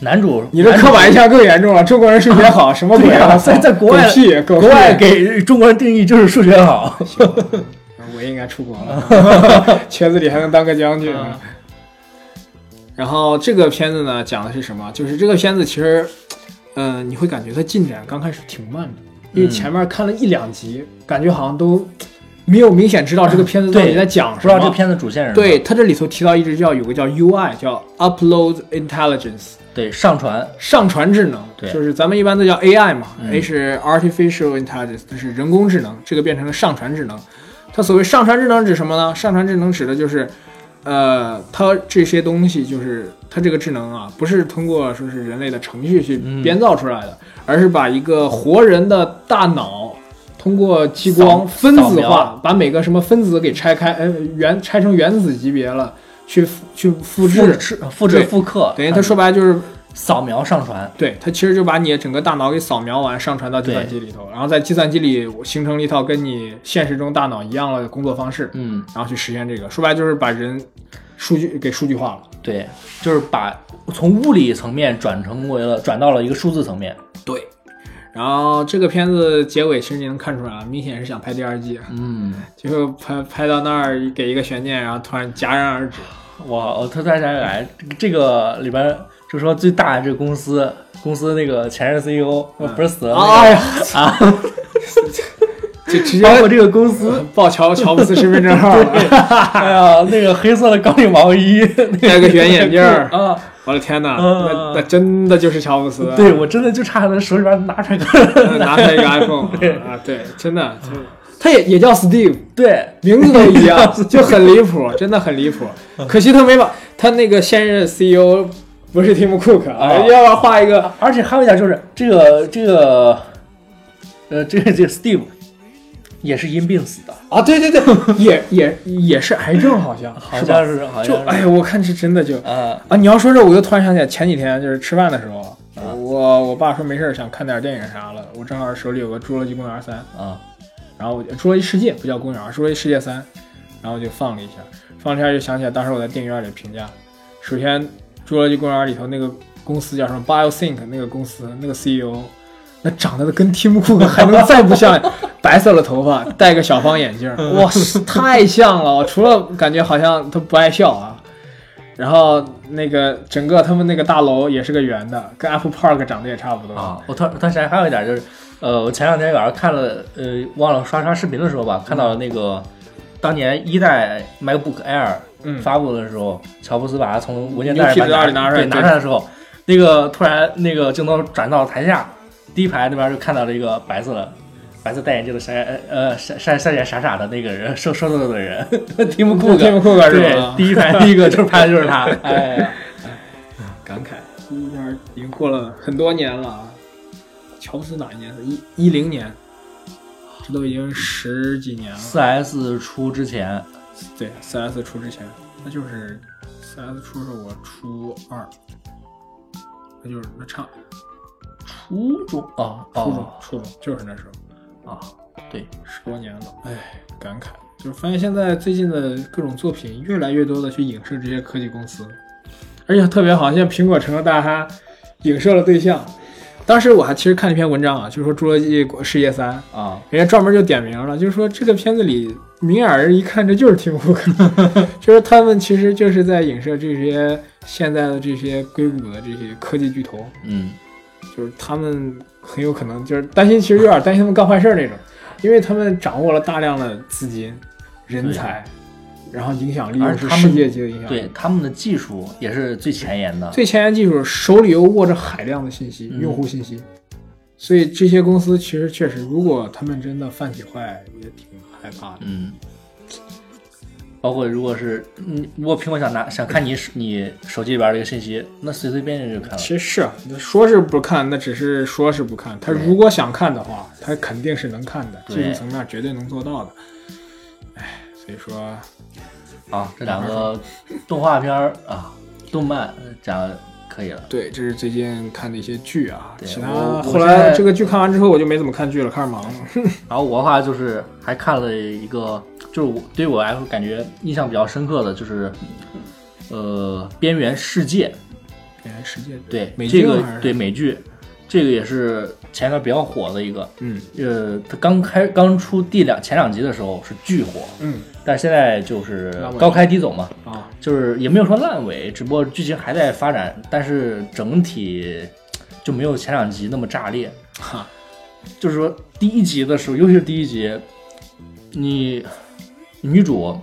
S1: 男主
S2: 你这
S1: 男主
S2: 刻板印象更严重了。中国人数学
S1: *laughs*
S2: 好，什么鬼
S1: 对啊
S2: 我操
S1: 在在国外
S2: 狗屁，狗屁
S1: 国外给中国人定义就是数学
S2: *laughs*
S1: 好，
S2: 啊我也应该出国
S1: *laughs*
S2: 了， *laughs* 圈子里还能当个将军。啊
S1: 嗯
S2: *laughs* 然后这个片子呢，讲的是什么？就是这个片子其实，嗯、你会感觉它进展刚开始挺慢的，因为
S1: 嗯
S2: 前面看了一两集，感觉好像都没有明显知道这个片子到底
S1: 啊对
S2: 在讲
S1: 不
S2: 什
S1: 知
S2: 么。
S1: 道这片子主线是什么
S2: 对它这里头提到一直叫有个叫 UI，叫 Upload Intelligence，
S1: 对上传
S2: 上传智能，
S1: 对
S2: 就是咱们一般都叫 AI 嘛、
S1: 嗯
S2: a 是 artificial intelligence，就是人工智能，这个变成了上传智能。它所谓上传智能指什么呢？上传智能指的就是，呃，它这些东西就是它这个智能啊，不是通过说是人类的程序去
S1: 嗯
S2: 编造出来的，而是把一个活人的大脑通过激光
S1: 扫
S2: 分子
S1: 扫
S2: 化
S1: 描，
S2: 把每个什么分子给拆开，呃，原拆成原子级别了，去去
S1: 复
S2: 复制。
S1: 制复制
S2: 对
S1: 复刻，嗯
S2: 等于他说白了就是
S1: 扫描上传，
S2: 对，它其实就把你整个大脑给扫描完，上传到计算机里头，然后在计算机里形成了一套跟你现实中大脑一样的工作方式，
S1: 嗯，
S2: 然后去实现这个。说白了就是把人数据给数据化了。
S1: 对，就是把从物理层面转成为了转到了一个数字层面，
S2: 对。然后这个片子结尾其实你能看出来，明显是想拍第二季，啊
S1: 嗯，
S2: 结果拍拍到那儿给一个悬念，然后突然戛然
S1: *laughs*
S2: 而止。
S1: 我哦我突然想起来，这个里边就说最大的这个公司，公司那个前任 CEO 呃不是死了那个
S2: 哎呀
S1: 啊，
S2: *laughs* 就直
S1: 包括
S2: 接嗯
S1: 这个公司，
S2: 报乔乔布斯身
S1: *laughs*
S2: 份证号了，
S1: 哎呀，那个黑色的高领毛衣，
S2: *laughs* 戴个圆眼
S1: *laughs*
S2: 镜儿。
S1: 啊，
S2: 我的天哪，
S1: 嗯
S2: 那那真的就是乔布斯。啊
S1: 对我真的就差他手里边拿出来个，
S2: 拿出 *laughs* 来一个 iPhone，
S1: 对
S2: 啊，对，真的，真的他也也叫 Steve，
S1: 对，
S2: 名字都一 *laughs* 样，就很离谱，真的很离谱。可惜他没把他那个现任 CEO 不是 Tim Cook，啊，
S1: 啊
S2: 要不然画一个
S1: 而且还有一点就是这个这个，呃，这个这个 Steve 也是因病死的，
S2: 啊，对对对，也也也是癌症，好像
S1: 好
S2: 是吧？
S1: 像是好
S2: 就
S1: 像
S2: 哎
S1: 是
S2: 呀，我看是真的就
S1: 啊，
S2: 啊，你要说这，我就突然想起来，前几天就是吃饭的时候，我我爸说没事儿想看点电影啥了，我正好手里有个《侏罗纪公园三》。
S1: 啊，
S2: 然后我就《侏罗纪世界》不叫公园，《侏罗纪世界三》，然后我就放了一下，放了一下就想起来当时我在电影院里评价，首先《侏罗纪公园》里头那个公司叫什么 BioSync 那个公司那个 CEO，那长得跟 Tim Cook 还能再不像，白色的头发，戴个小方眼镜，哇，太像了！我除了感觉好像他不爱笑啊。然后那个整个他们那个大楼也是个圆的，跟 Apple Park 长得也差不多。
S1: 啊，我突然突然想起来还有一点就是，呃，我前两天晚上看了，呃，忘了刷刷视频的时候吧，看到了那个当年一代 MacBook Air
S2: 嗯，
S1: 发布的时候，乔布斯把它从文件
S2: 牛
S1: 袋
S2: 皮
S1: 里
S2: 袋里
S1: 拿
S2: 拿出来
S1: 对
S2: 对
S1: 拿出来的时候，那个突然那个镜头转到台下，第一排那边就看到了一个白色的。白色戴眼镜的傻呃呃傻傻傻眼傻傻的那个人，瘦瘦瘦的人， *laughs* 提姆库克，
S2: Tim Cook 啊是吧
S1: 啊对，？第一排第一个就是拍的就是
S2: *laughs*
S1: 他，哎呀，
S2: 感慨，一下已经过了很多年了啊。乔布斯哪一年？一一零年，这都已经十几年了。
S1: 四 S 出之前，
S2: 对，四 S 出之前，那就是四 S 出是我初二，那就是那差
S1: 初中哦
S2: 初中、
S1: 哦
S2: 初中就是那时候，
S1: 啊，
S2: 十多年了，哎，感慨。就是发现现在最近的各种作品，越来越多的去影射这些科技公司，而且特别好，现在苹果成了大家影射的对象。当时我还其实看了一篇文章啊，就说《侏罗纪世界三》，
S1: 啊，
S2: 人家专门就点名了，就是说这个片子里明眼人一看这就是 Tim Cook，就是他们其实就是在影射这些现在的这些硅谷的这些科技巨头，
S1: 嗯，
S2: 就是他们很有可能就是担心，其实有点担心他们干坏事儿那种，因为他们掌握了大量的资金、人才，然后影响力
S1: 而
S2: 又
S1: 且
S2: 是
S1: 他
S2: 世
S1: 们
S2: 界级的影响力。
S1: 对，他们的技术也是最前沿的，
S2: 嗯最前沿技术手里又握着海量的信息、
S1: 嗯
S2: 用户信息，所以这些公司其实确实，如果他们真的犯起坏，也挺害怕的。
S1: 嗯。包括如果是嗯，如果苹果想拿想看你手你手机里边这个信息，那随随便便就看了。
S2: 其实是啊说是不看，那只是说是不看。他如果想看的话，他肯定是能看的，技
S1: 对
S2: 术层面绝对能做到的。哎，所以说
S1: 啊，这两个动画片儿啊，动漫呃讲可以了。
S2: 对，这是最近看的一些剧啊。
S1: 对
S2: 其
S1: 我
S2: 他
S1: 我
S2: 后
S1: 现在
S2: 来这个剧看完之后，我就没怎么看剧了，开始忙了。 *laughs*
S1: 然后我的话就是还看了一个，就是我对我来说感觉印象比较深刻的就是，呃，《边缘世界》
S2: 原来世界
S1: 对
S2: 美
S1: 这
S2: 剧
S1: 个
S2: 还是
S1: 对美剧，这个也是前段比较火的一个。
S2: 嗯
S1: 呃，它刚开刚出第两前两集的时候是巨火，
S2: 嗯
S1: 但是现在就是
S2: 烂尾
S1: 高开低走嘛， *laughs*
S2: 啊，
S1: 就是也没有说烂尾，只不过剧情还在发展，但是整体就没有前两集那么炸裂。啊
S2: 哈，
S1: 就是说第一集的时候，尤其是第一集，你女主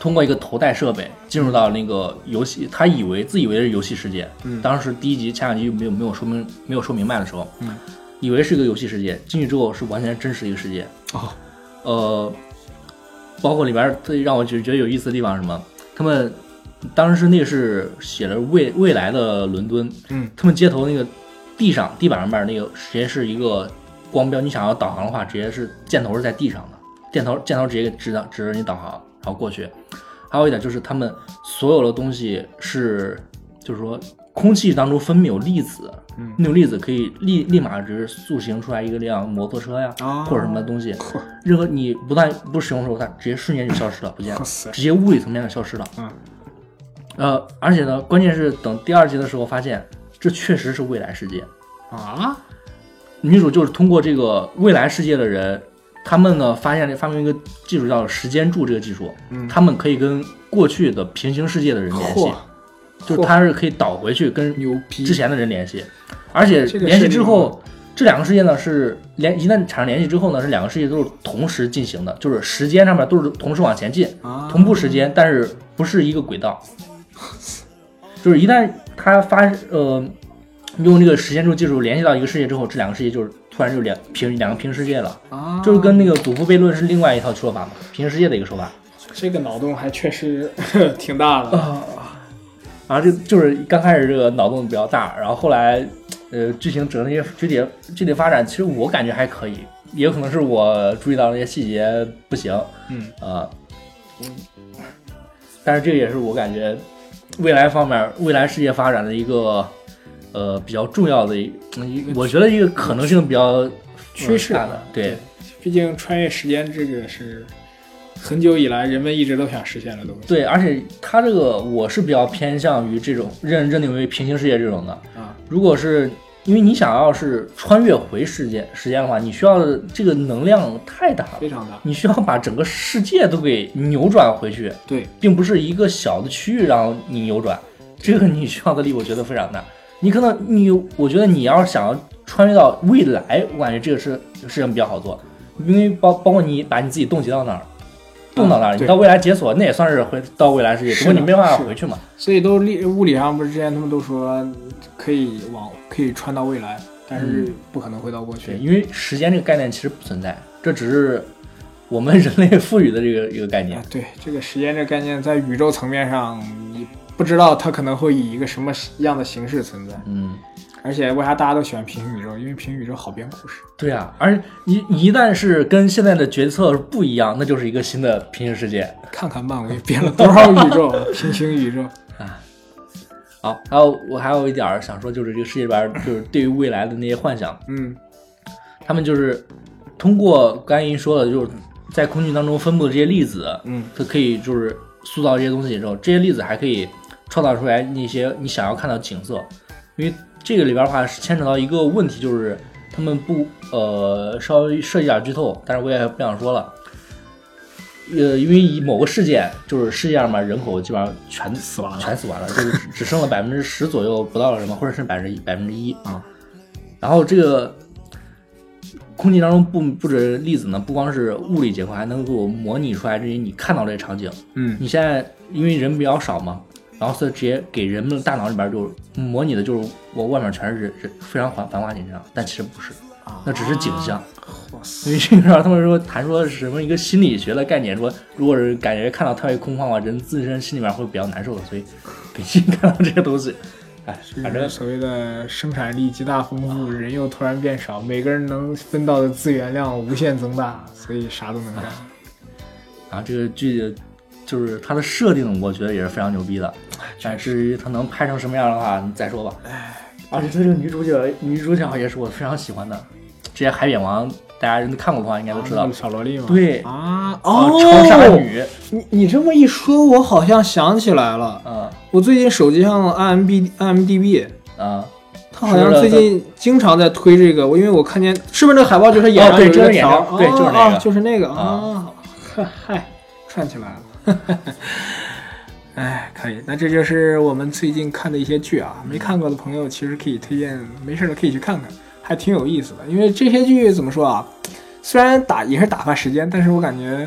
S1: 通过一个头戴设备进入到那个游戏，她以为自以为是游戏世界。
S2: 嗯
S1: 当时第一集前两集没有没有说明没有说明白的时候，
S2: 嗯，
S1: 以为是一个游戏世界，进去之后是完全真实的一个世界。
S2: 哦，
S1: 呃，包括里边儿最让我觉觉得有意思的地方是什么？他们当时那是写了未未来的伦敦，
S2: 嗯，
S1: 他们街头那个地上地板上面那个直接是一个光标，你想要导航的话，直接是箭头是在地上的，箭头箭头直接指导指着你导航，然后过去。还有一点就是他们所有的东西是，就是说空气当中分泌有粒子，
S2: 嗯
S1: 那种粒子可以立立马就是塑形出来一个辆摩托车呀，
S2: 啊
S1: 或者
S2: *laughs*
S1: 什么东西，
S2: 嚯
S1: 任何你不但不使用的时候，它直接瞬间就消失了，不见了
S2: 哇，塞
S1: 直接物理层面上消失了。
S2: 嗯，
S1: 呃，而且呢，关键是等第二集的时候发现，这确实是未来世界。
S2: 啊，
S1: 女主就是通过这个未来世界的人，他们呢发现了发明一个技术叫时间柱这个技术，
S2: 嗯
S1: 他们可以跟过去的平行世界的人联系
S2: 嚯，，
S1: 就是他是可以倒回去跟
S2: 牛逼！
S1: 之前的人联系，而且
S2: 嗯这个
S1: 联系
S2: 设定
S1: 之后，这两个世界呢是联一旦产生联系之后呢，是两个世界都是同时进行的，就是时间上面都是同时往前进，
S2: 啊，
S1: 同步时间，但是不是一个轨道。就是一旦它发呃用这个时间轴技术联系到一个世界之后，这两个世界就是突然就两平两个平行世界了，
S2: 啊，
S1: 就是跟那个祖父悖论是另外一套说法嘛，平行世界的一个说法。
S2: 这个脑洞还确实 *laughs* 挺大
S1: 呃
S2: 的。
S1: 啊然后就就是刚开始这个脑洞比较大，然后后来，呃，剧情整个那些具体具体发展，其实我感觉还可以，也有可能是我注意到那些细节不行，
S2: 嗯
S1: 啊、但是这个也是我感觉未来方面未来世界发展的一个呃比较重要的一，一我觉得一个可能性比较
S2: 趋势啊
S1: 呃大的，对，
S2: 毕竟穿越时间这个是很久以来人们一直都想实现的东西
S1: 对，而且它这个我是比较偏向于这种认认定为平行世界这种的。
S2: 啊。
S1: 如果是因为你想要是穿越回时间时间的话，你需要的这个能量太大了，
S2: 非常大，
S1: 你需要把整个世界都给扭转回去，
S2: 对，
S1: 并不是一个小的区域让你扭转，这个你需要的力我觉得非常大。你可能你，我觉得你要是想要穿越到未来，我感觉这个是这个事情比较好做，因为包包括你把你自己冻结到哪儿，冻到哪儿，
S2: 啊对
S1: 你到未来解锁，那也算是回到未来世界，
S2: 是
S1: 只不过你
S2: 的
S1: 没办
S2: 是
S1: 法回去嘛。
S2: 所以都理啊物理上不是之前他们都说可以往可以穿到未来，但是不可能回到过去。
S1: 对，因为时间这个概念其实不存在，这只是我们人类赋予的这个一个概念
S2: 啊。，对这个时间这概念，在宇宙层面上，你不知道它可能会以一个什么样的形式存在。
S1: 嗯，
S2: 而且为啥大家都喜欢平行宇宙？因为平行宇宙好编故事。
S1: 对啊，而你你一旦是跟现在的决策不一样，那就是一个新的平行世界。
S2: 看看漫威编了多少宇宙， *laughs* 平行宇宙。
S1: 好，还有我还有一点儿想说，就是这个世界里边儿就是对于未来的那些幻想，
S2: 嗯，
S1: 他们就是通过刚才您说的，就是在空气当中分布的这些粒子，
S2: 嗯，
S1: 它可以就是塑造这些东西之后，这些粒子还可以创造出来那些你想要看到的景色，因为这个里边的话是牵扯到一个问题，就是他们不呃稍微涉及点剧透，但是我也不想说了。呃，因为以某个事件，就是世界上面人口基本上全
S2: 死完了
S1: 全啊死完了，就是只只剩了百分之十左右不到了什么，或者是百分之百分之一
S2: 啊。
S1: 然后这个空气当中不不止粒子呢，不光是物理结构，还能够模拟出来这些你看到这些场景。
S2: 嗯，
S1: 你现在因为人比较少嘛，然后所以直接给人们的大脑里边就模拟的就是我外面全是人人非常繁繁华景象，但其实不是。
S2: 啊，
S1: 那只是景象。
S2: 哇塞
S1: 因为这个上他们说谈说什么一个心理学的概念，说如果是感觉看到特别空旷啊，人自身心里面会比较难受的，所以必须看到这些东西。 *laughs* 哎，反
S2: 就是
S1: 正
S2: 所谓的生产力极大丰富，人又突然变少，每个人能分到的资源量无限增大，所以啥都能干。
S1: 啊，这个剧就是它的设定，我觉得也是非常牛逼的。哎但至于它能拍成什么样的话，你再说吧。
S2: 哎
S1: 而且它这个女主角，女主角也是我非常喜欢的。之前《海扁王》，大家人都看过的话，应该都知道
S2: 啊。小萝莉嘛，
S1: 对
S2: 啊，
S1: 啊
S2: 哦，
S1: 超傻女，
S2: 你你这么一说，我好像想起来了，
S1: 嗯
S2: 我最近手机上的 IMB IMDB，
S1: 啊，
S2: 它好像最近经常在推这个，我因为我看见是不是那个海报就是眼
S1: 哦
S2: 上
S1: 对
S2: 有一
S1: 真
S2: 个
S1: 是眼
S2: 条
S1: 上
S2: 儿，
S1: 对就是那个
S2: 啊就是那个
S1: 啊
S2: 啊，呵嗨，串起来了。哎，可以，那这就是我们最近看的一些剧啊，没看过的朋友其实可以推荐，没事儿的可以去看看，还挺有意思的。因为这些剧怎么说啊，虽然打也是打发时间，但是我感觉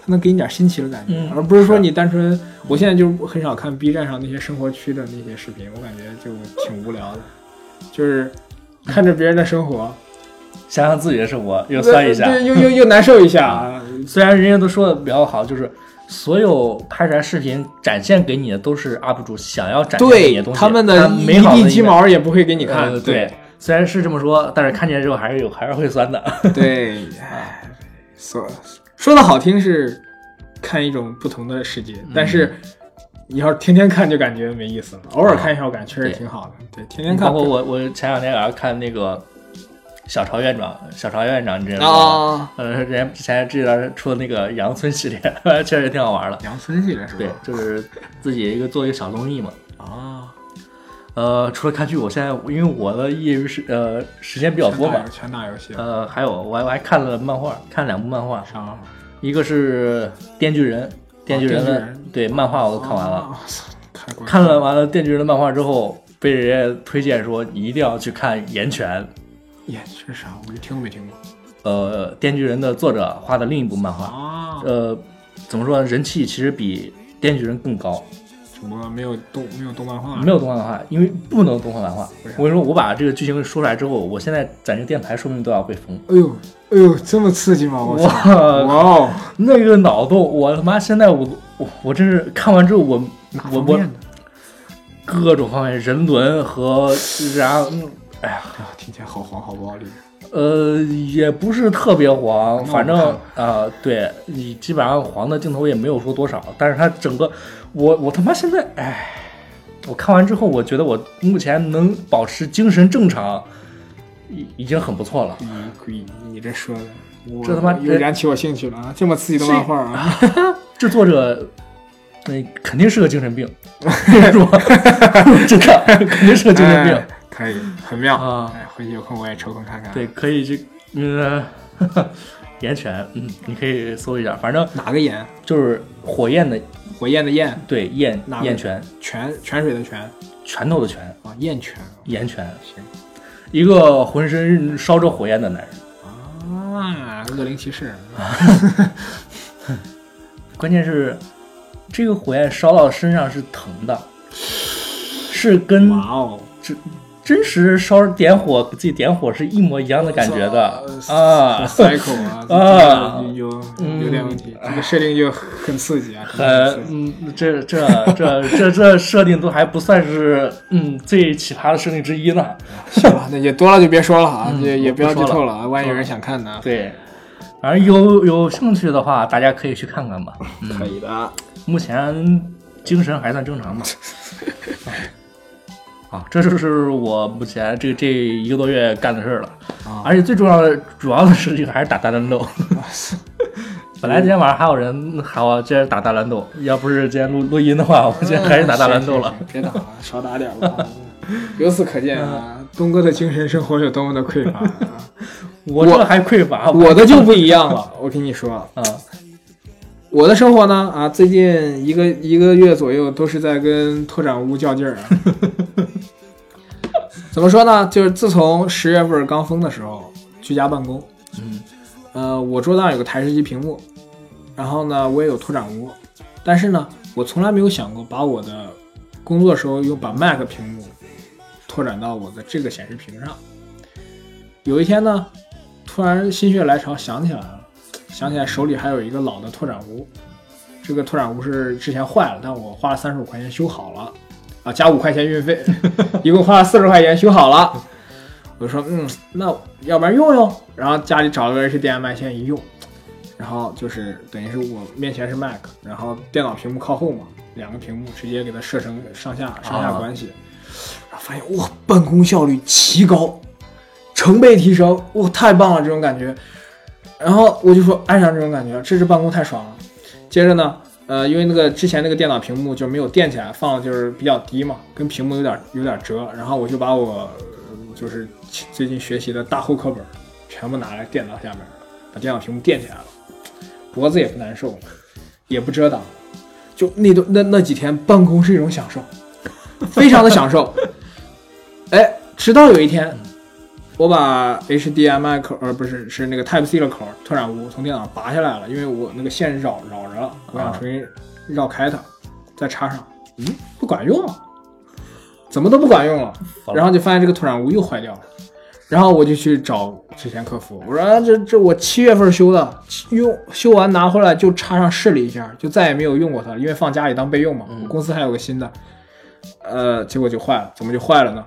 S2: 它能给你点新奇的感觉，
S1: 嗯
S2: 而不是说
S1: 是
S2: 你单纯。我现在就很少看 B 站上那些生活区的那些视频，我感觉就挺无聊的，就是看着别人的生活，呃
S1: 想想自己的生活，又酸一下。啊
S2: 对，又又又难受一下。
S1: 虽然人家都说的比较好，就是所有拍出来视频展现给你的都是 UP 主想要展现给你的
S2: 对
S1: 东西，
S2: 他们的一
S1: 美好
S2: 地
S1: 的
S2: 鸡
S1: 一面。
S2: 毛也不会给你看
S1: 呃，对，虽然是这么说，但是看见之后还是有，还是会酸
S2: *laughs* 哦
S1: 的。
S2: 对，哎说说的好听是看一种不同的世界，但是
S1: 嗯
S2: 你要是天天看就感觉没意思了，偶尔看一下我感觉确实
S1: 啊对
S2: 挺好的。对，天天
S1: 包
S2: 看
S1: 括我，我前两天晚上看那个小朝院长，小朝院长，你知道吗？
S2: 啊，
S1: 呃，人家之前这段出的那个杨村系列， *laughs* 确实挺好
S2: *laughs*
S1: 玩的。
S2: 杨森系列是吧？
S1: 对，就是自己一个做一个小综艺嘛。
S2: 啊，
S1: 呃，除了看剧，我现在因为我的业余时呃时间比较多嘛，
S2: 全打游戏了。
S1: 呃，还有我还我还看了漫画，看两部漫画，
S2: 啥？
S1: 一个是《电锯人》，《电锯人》
S2: 哦电
S1: 的
S2: 锯人
S1: 对漫画我都看完了，
S2: 啊。我操太过分
S1: 看了完了《电锯人》的漫画之后，被人家推荐说你一定要去看《岩泉》，
S2: 也是啥？我就听都没听过
S1: 呃，《电锯人》的作者画的另一部漫画，
S2: 啊，
S1: 呃，怎么说呢？人气其实比《电锯人》更高，
S2: 只不过没有动没有动漫化，
S1: 没有动画版画，因为不能动画版画
S2: 为啥。
S1: 我跟你说，我把这个剧情说出来之后，我现在在这个电台说不定都要被封。
S2: 哎呦哎呦，这么刺激吗？我操！
S1: 哇，
S2: 哇哦，
S1: 那个脑洞，我他妈现在我我我真是看完之后我
S2: 哪
S1: 我
S2: 方
S1: 我
S2: 面的？
S1: 各种方面人伦和然后嗯哎呀，
S2: 哎呀，听起来好黄好暴力。
S1: 呃，也不是特别黄，
S2: 那我
S1: 反正
S2: 看
S1: 啊、对你基本上黄的镜头也没有说多少，但是它整个，我我他妈现在，哎，我看完之后，我觉得我目前能保持精神正常，已已经很不错了。
S2: 你鬼，你这说的，我
S1: 这他妈
S2: 又燃起我兴趣了啊！这么刺激的漫画啊！
S1: 这作者，那、肯定是个精神
S2: *laughs*
S1: 病，我跟你 *laughs* 说，真的肯定是个精神病、
S2: 哎可以，很妙。
S1: 啊。
S2: 哎，回去有空我也抽空看看。，
S1: 对，可以去，嗯、呃， *laughs* 岩泉，嗯，你可以搜一下，反正
S2: 哪个炎？
S1: 就是火焰的
S2: 火焰的焰，
S1: 对，燕
S2: 哪个
S1: 燕泉，
S2: 泉泉水的泉
S1: 拳头的拳，
S2: 啊，焰泉。
S1: 岩泉，
S2: 行
S1: 一个浑身烧着火焰的男人。
S2: 啊，恶灵骑士。
S1: 关键是，这个火焰烧到身上是疼的，是跟
S2: 哇哦！
S1: 真实烧点火自己点火是一模一样的感觉
S2: *laughs*
S1: 的
S2: 操
S1: 啊，
S2: cycle 啊，
S1: 啊
S2: 这个有
S1: 嗯
S2: 有点问题，这个设定就很刺激啊，
S1: 很
S2: 真的很刺激
S1: 嗯，这这这这这设定都还不算是嗯最奇葩的设定之一呢。
S2: 行吧，那也多了就别说了啊，
S1: 嗯
S2: 也也不要
S1: 不
S2: 剧
S1: 说
S2: 透
S1: 了
S2: 了啊，万一有人想看呢，
S1: 对，反正有有兴趣的话，大家可以去看看吧。
S2: 可以的。
S1: 目前精神还算正
S2: *laughs*
S1: 常吧。啊，这就是我目前这这一个多月干的事儿了。
S2: 啊
S1: 而且最重要的主要的事情还是打大乱
S2: *laughs*
S1: 斗。本来今天晚上还有人喊我接着打大乱斗，要不是今天录录音的话，我
S2: *laughs*
S1: 今
S2: 嗯
S1: 天还是打大乱斗了。
S2: 行，行行 *laughs* 别打了，少打点 *laughs* 吧。由此可见啊，东哥的精神生活有多么的匮乏啊。
S1: 我这还匮乏，
S2: *laughs* 我的就不一样了，我跟你说，
S1: 啊
S2: 我的生活呢啊，最近一个一个月左右都是在跟拓展屋较劲儿啊。怎么说呢？就是自从十月份刚封的时候，居家办公，
S1: 嗯
S2: 呃，我桌子上有个台式机屏幕，然后呢，我也有拓展坞，但是呢，我从来没有想过把我的工作时候用把 Mac 屏幕拓展到我的这个显示屏上。有一天呢，突然心血来潮想起来了，想起来手里还有一个老的拓展坞，这个拓展坞是之前坏了，但我花了三十五块钱修好了，啊，加五块钱运费，一共花了四十块钱修好了。我就说，嗯，那要不然用用。然后家里找了个 HDMI 麦线一用，然后就是等于是我面前是 Mac，然后电脑屏幕靠后嘛，两个屏幕直接给它设成上下上下
S1: 啊
S2: 关系，然后发现哇，办公效率奇高，成倍提升，哇，太棒了这种感觉。然后我就说爱上这种感觉了，这是办公太爽了。接着呢，呃，因为那个之前那个电脑屏幕就没有垫起来，放的就是比较低嘛，跟屏幕有点有点折。然后我就把我呃就是最近学习的大厚课本全部拿来电脑下面，把电脑屏幕垫起来了，脖子也不难受，也不遮挡，就那段那那几天办公是一种享受， *laughs* 非常的享受。 *laughs* 哎，直到有一天，我把 HDMI 口，呃，不是，是那个 Type C 的口儿拓展坞从电脑拔下来了，因为我那个线绕绕着了，我想重新绕开它，再插上，嗯，不管用了，怎么都不管用了。
S1: 好了
S2: 然后就发现这个拓展坞又坏掉了，然后我就去找之前客服，我说、啊、这这我七月份修的，用修完拿回来就插上试了一下，就再也没有用过它了，因为放家里当备用嘛。我公司还有个新的，呃，结果就坏了，怎么就坏了呢？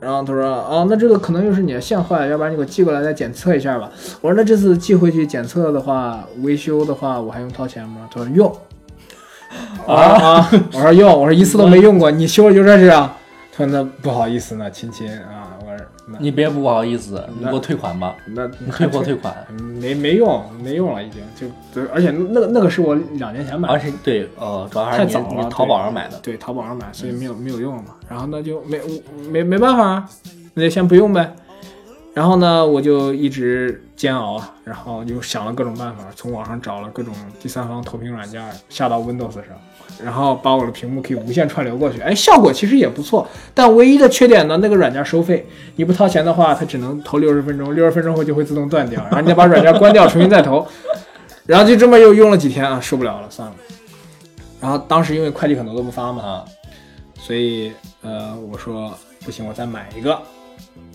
S2: 然后他说啊，那这个可能又是你的线坏了，要不然你给我寄过来再检测一下吧。我说那这次寄回去检测的话，维修的话我还用掏钱吗？他说用。啊啊！我说用，我说一次都没用过，你修了就这是啊。他说那不好意思呢，亲亲啊，我说那
S1: 你别不好意思，你
S2: 那
S1: 给我退款吧，
S2: 那
S1: 你退货退
S2: *laughs*
S1: 款。
S2: 没没用，没用了已经就对，而且那个那个是我两年前买的
S1: 而，且对，呃，主要还是
S2: 太
S1: 你
S2: 早了
S1: 你淘宝上买的，
S2: 对，淘宝上买，所以没有没有用嘛。然后那就没没没办法啊，那就先不用呗。然后呢，我就一直煎熬，啊，然后就想了各种办法，从网上找了各种第三方投屏软件下到 Windows 上，然后把我的屏幕可以无限串流过去。哎，效果其实也不错，但唯一的缺点呢，那个软件收费，你不掏钱的话，它只能投六十分钟，六十分钟后就会自动断掉，然后你再把软件关掉，重新再投。 *laughs* 然后就这么又用了几天啊，受不了了，算了。然后当时因为快递很多都不发嘛，
S1: 啊，
S2: 所以呃，我说不行，我再买一个，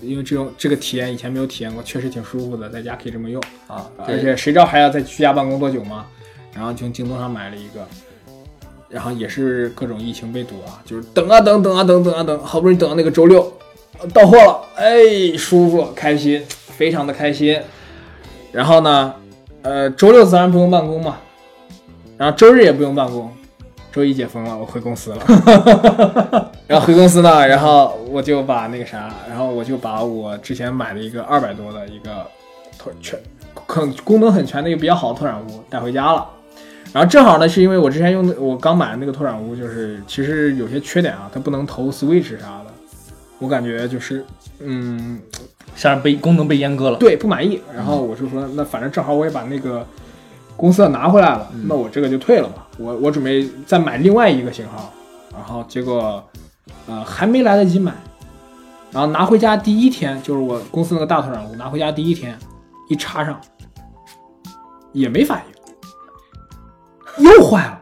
S2: 因为这种这个体验以前没有体验过，确实挺舒服的，在家可以这么用，
S1: 啊，
S2: 而
S1: 对，
S2: 且谁知道还要在居家办公多久嘛？然后从京东上买了一个，然后也是各种疫情被堵啊，就是等啊等等啊等等啊等，好不容易等到那个周六，呃到货了，哎，舒服开心，非常的开心。然后呢，呃，周六自然不用办公嘛，然后周日也不用办公，周一解封了，我回公司了。 *laughs* 然后回公司呢，然后我就把那个啥，然后我就把我之前买的一个二百多的一个拓全很功能很全的一个比较好的拓展坞带回家了。然后正好呢，是因为我之前用的我刚买的那个拓展坞，就是其实有些缺点啊，它不能投 Switch 啥的，我感觉就是嗯
S1: 像是被功能被阉割了，
S2: 对不满意。然后我就说，那反正正好我也把那个公司的拿回来了，
S1: 嗯
S2: 那我这个就退了吧。我我准备再买另外一个型号，然后结果呃还没来得及买，然后拿回家第一天就是我公司那个大头染屋，拿回家第一天一插上也没反应，又坏了。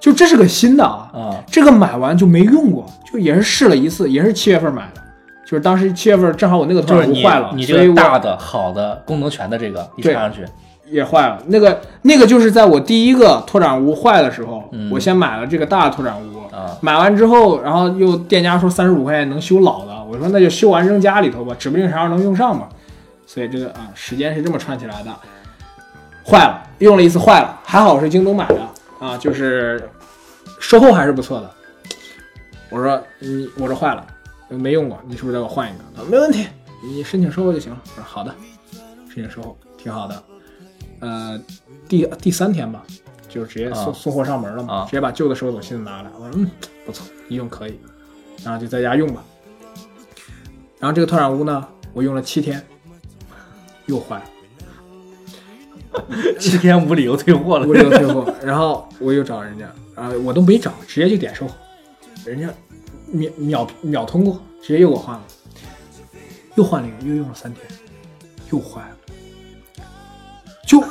S2: 就这是个新的啊，
S1: 啊，
S2: 这个买完就没用过，就也是试了一次，也是七月份买的，就是当时七月份正好我那个头
S1: 就是
S2: 染
S1: 你
S2: 壶坏了，
S1: 你
S2: 所以
S1: 这个
S2: 我
S1: 大的好的功能全的这个一插
S2: 对
S1: 上去，
S2: 也坏了。那个那个就是在我第一个拓展坞坏的时候，
S1: 嗯
S2: 我先买了这个大的拓展坞，
S1: 啊
S2: 买完之后，然后又店家说三十五块钱能修老的，我说那就修完扔家里头吧，指不定啥时候能用上嘛。所以这个啊，时间是这么串起来的。坏了，用了一次坏了，还好我是京东买的啊，就是售后还是不错的。我说你，我说坏了，没用过，你是不是再给我换一个？他说没问题，你申请售后就行了。我说好的，申请售后挺好的。呃，第第三天吧，就直接送、
S1: 啊
S2: 送货上门了嘛，
S1: 啊
S2: 直接把旧的收走，新的拿来。我说嗯，不错，一用可以，然后就在家用吧。然后这个拓展坞呢，我用了七天，又坏了。
S1: 七天无理由退货了
S2: 物，流退货， *laughs* 然后我又找人家，啊、我都没找，直接就点售后，人家秒秒秒通过，直接又给我换了，又换了一个，又用了三天，又坏了，就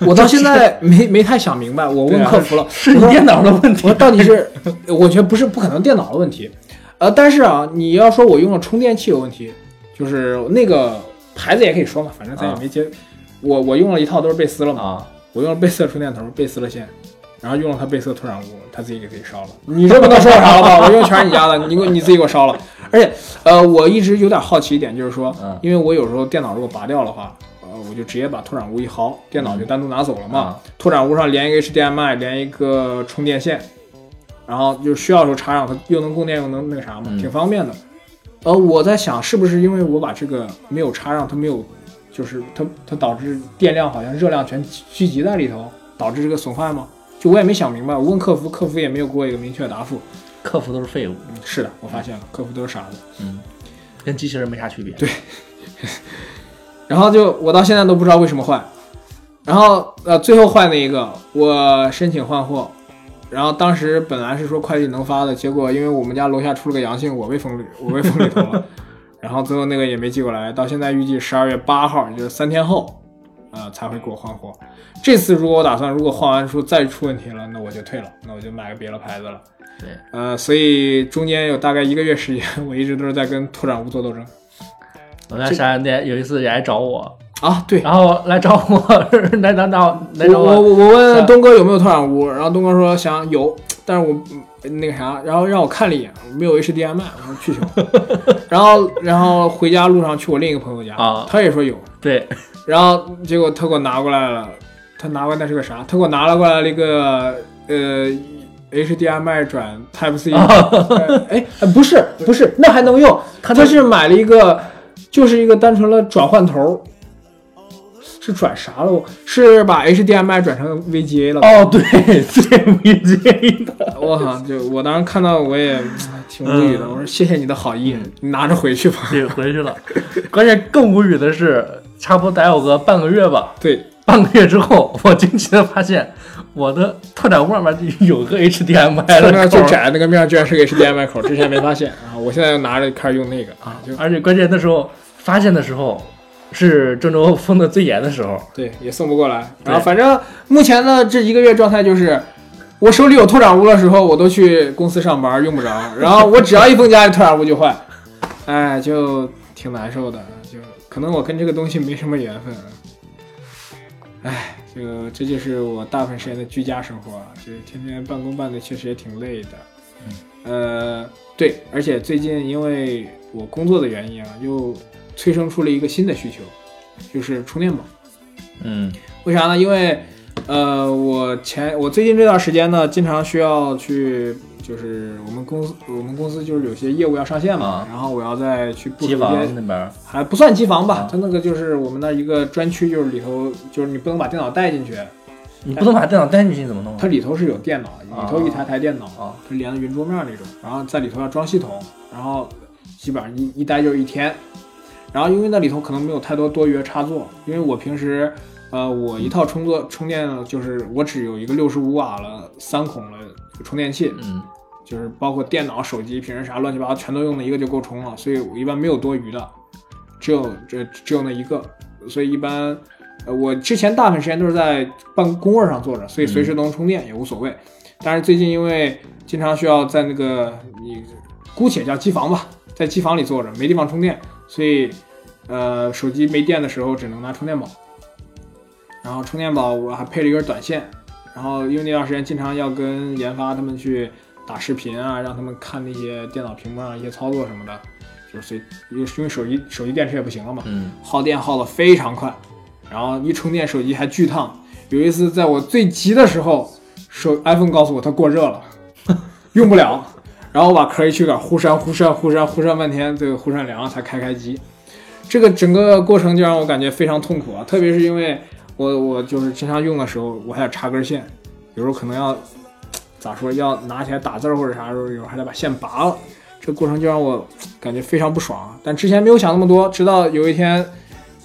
S2: 我到
S1: *laughs*
S2: 现在没没太想明白，我问客服了，
S1: 啊是
S2: 我
S1: 你
S2: 说
S1: 电脑的问题
S2: 我说到底是，我觉得不是不可能电脑的问题，呃，但是啊，你要说我用了充电器有问题，就是那个牌子也可以说嘛，反正咱也
S1: 啊
S2: 没接。我我用了一套都是贝斯了嘛，
S1: 啊，
S2: 我用了贝斯的充电头，贝斯了线，然后用了他贝斯的脱产物，他自己给自己烧了。你这不能说我啥了吧？我用全是你家的，你给我你自己给我烧了。而且，呃，我一直有点好奇一点，就是说
S1: 嗯，
S2: 因为我有时候电脑如果拔掉的话，呃，我就直接把拓展坞一薅，电脑就单独拿走了嘛。拓展坞上连一个 HDMI，连一个充电线，然后就需要的时候插上，它又能供电又能那个啥嘛，
S1: 嗯
S2: 挺方便的。呃，我在想，是不是因为我把这个没有插上，它没有，就是它它导致电量好像热量全聚集在里头，导致这个损坏吗？就我也没想明白，我问客服，客服也没有给我一个明确答复。
S1: 客服都是废物，
S2: 嗯，是的，我发现了，客服都是傻子。
S1: 嗯，跟机器人没啥区别。对，
S2: 然后就我到现在都不知道为什么换，然后呃最后换了一个，我申请换货，然后当时本来是说快递能发的，结果因为我们家楼下出了个阳性，我被封里 *laughs* 我被封里头了，然后最后那个也没寄过来，到现在预计十二月八号，也就是三天后，呃才会给我换货。这次如果我打算如果换完书再出问题了，那我就退了，那我就买个别的牌子了。
S1: 对，
S2: 呃，所以中间有大概一个月时间，我一直都是在跟拓展屋做斗争
S1: 我在山那有一次也来找我，
S2: 啊。对，
S1: 然后来找我， *laughs* 来找找来找
S2: 我
S1: 我，
S2: 我我问
S1: 想
S2: 东哥有没有拓展屋，然后东哥说想有，但是我嗯那个啥，然后让我看了一眼，没有 HDMI，我说去球， *laughs* 然后然后回家路上去我另一个朋友家，
S1: 啊
S2: 他也说有，
S1: 对，
S2: 然后结果他给我拿过来了，他拿过来那是个啥？他给我拿了过来了一个呃 HDMI 转 Type *laughs* C，呃哎、哎不是不是，那还能用，他他是买了一个，就是一个单纯的转换头。是转啥了？我是把 HDMI 转成 VGA 了吧。
S1: 哦对 *laughs* 对 VJ 的，
S2: 我靠！就我当时看到我也哎挺无语的，
S1: 嗯
S2: 我说谢谢你的好意，你拿着回去吧。
S1: *laughs* 对回去了。关键更无语的是，差不多得有个半个月吧，
S2: 对，
S1: 半个月之后，我惊奇的发现我的拓展坞上面有个 HDMI
S2: 那面
S1: 的口
S2: 最
S1: 儿。
S2: 窄那个面居然是个 HDMI 口，之前没发现啊。我现在又拿着开始用那个啊，就
S1: 而且关键那时候发现的时候是郑州封的最严的时候，
S2: 对，也送不过来。
S1: 对
S2: 然后反正目前的这一个月状态就是，我手里有拓展坞的时候，我都去公司上班用不着，然后我只要一封家里拓展坞就坏，哎，就挺难受的，就可能我跟这个东西没什么缘分。哎，这个这就是我大部分时间的居家生活，就是天天半工半的，确实也挺累的。呃，对，而且最近因为我工作的原因啊，又催生出了一个新的需求，就是充电宝。
S1: 嗯
S2: 为啥呢？因为，呃，我前我最近这段时间呢，经常需要去，就是我们公司我们公司就是有些业务要上线嘛，
S1: 啊
S2: 然后我要再去布置
S1: 机
S2: 一些
S1: 房那边儿
S2: 还不算机房吧
S1: 啊，
S2: 它那个就是我们那一个专区，就是里头就是你不能把电脑带进去，
S1: 你不能把电脑带进去，你怎么弄啊
S2: 它？里头是有电脑，里头一台台电脑，
S1: 啊
S2: 它连的云桌面那种，然后在里头要装系统，然后基本上一一待就是一天。然后因为那里头可能没有太多多余的插座，因为我平时，呃，我一套充座充电就是我只有一个六十五瓦了三孔了充电器，
S1: 嗯
S2: 就是包括电脑、手机、平时啥乱七八糟全都用的一个就够充了，所以我一般没有多余的，只有这只有那一个，所以一般，呃，我之前大部分时间都是在办公位上坐着，所以随时都能充电也无所谓。但是最近因为经常需要在那个你姑且叫机房吧，在机房里坐着没地方充电，所以呃手机没电的时候只能拿充电宝，然后充电宝我还配了一根短线，然后因为那段时间经常要跟研发他们去打视频啊，让他们看那些电脑屏幕啊上一些操作什么的，就是随因为因为手机手机电池也不行了嘛，
S1: 嗯，
S2: 耗电耗的非常快，然后一充电手机还巨烫。有一次在我最急的时候，手 iPhone 告诉我它过热了， *laughs* 用不了，然后我把壳一去杆忽扇忽扇忽扇忽扇半天，最后忽扇凉了才开开机。这个整个过程就让我感觉非常痛苦啊，特别是因为我我就是经常用的时候，我还得插根线，有时候可能要咋说要拿起来打字儿或者啥时候，有时候还得把线拔了。这过程就让我感觉非常不爽啊。但之前没有想那么多，直到有一天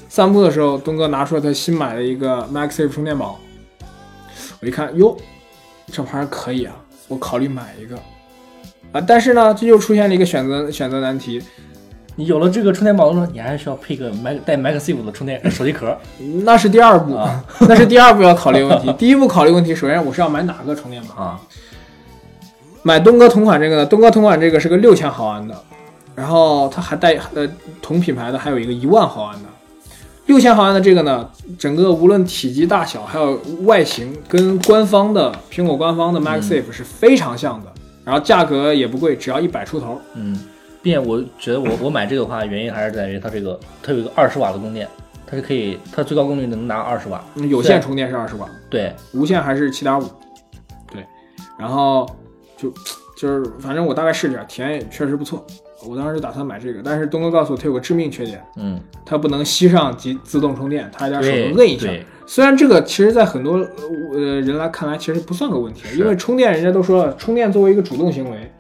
S2: 散步的时候，东哥拿出了他新买的一个 MaxSafe 充电宝，我一看，哟，这玩意儿可以啊，我考虑买一个啊。但是呢，这又出现了一个选择选择难题，
S1: 你有了这个充电宝的时候，你还需要配个 Mac 带 MagSafe 的充电手机壳
S2: 那是第二步，
S1: 啊
S2: *laughs* 那是第二步要考虑的问题。第一步考虑问题，首先我是要买哪个充电宝？
S1: 啊，
S2: 买东哥同款这个呢，东哥同款这个是个六千毫安的，然后它还带呃同品牌的还有一个一万毫安的，六千毫安的这个呢，整个无论体积大小还有外形，跟官方的苹果官方的 MagSafe 是非常像的，然后价格也不贵，只要一百出头。
S1: 嗯，并且我觉得我我买这个的话，原因还是在于它这个它有一个二十瓦的供电，它是可以它最高功率能达二十瓦。
S2: 嗯有线充电是二十瓦，
S1: 对，
S2: 无线还是七点五。对，然后就就是反正我大概试了点，体验也确实不错。我当时打算买这个，但是东哥告诉我，它有个致命缺点，
S1: 嗯，
S2: 它不能吸上即自动充电，它还得手
S1: 对
S2: 动摁一下。
S1: 对，
S2: 虽然这个其实，在很多呃人来看来，其实不算个问题，
S1: 是
S2: 因为充电人家都说了，充电作为一个主动行为，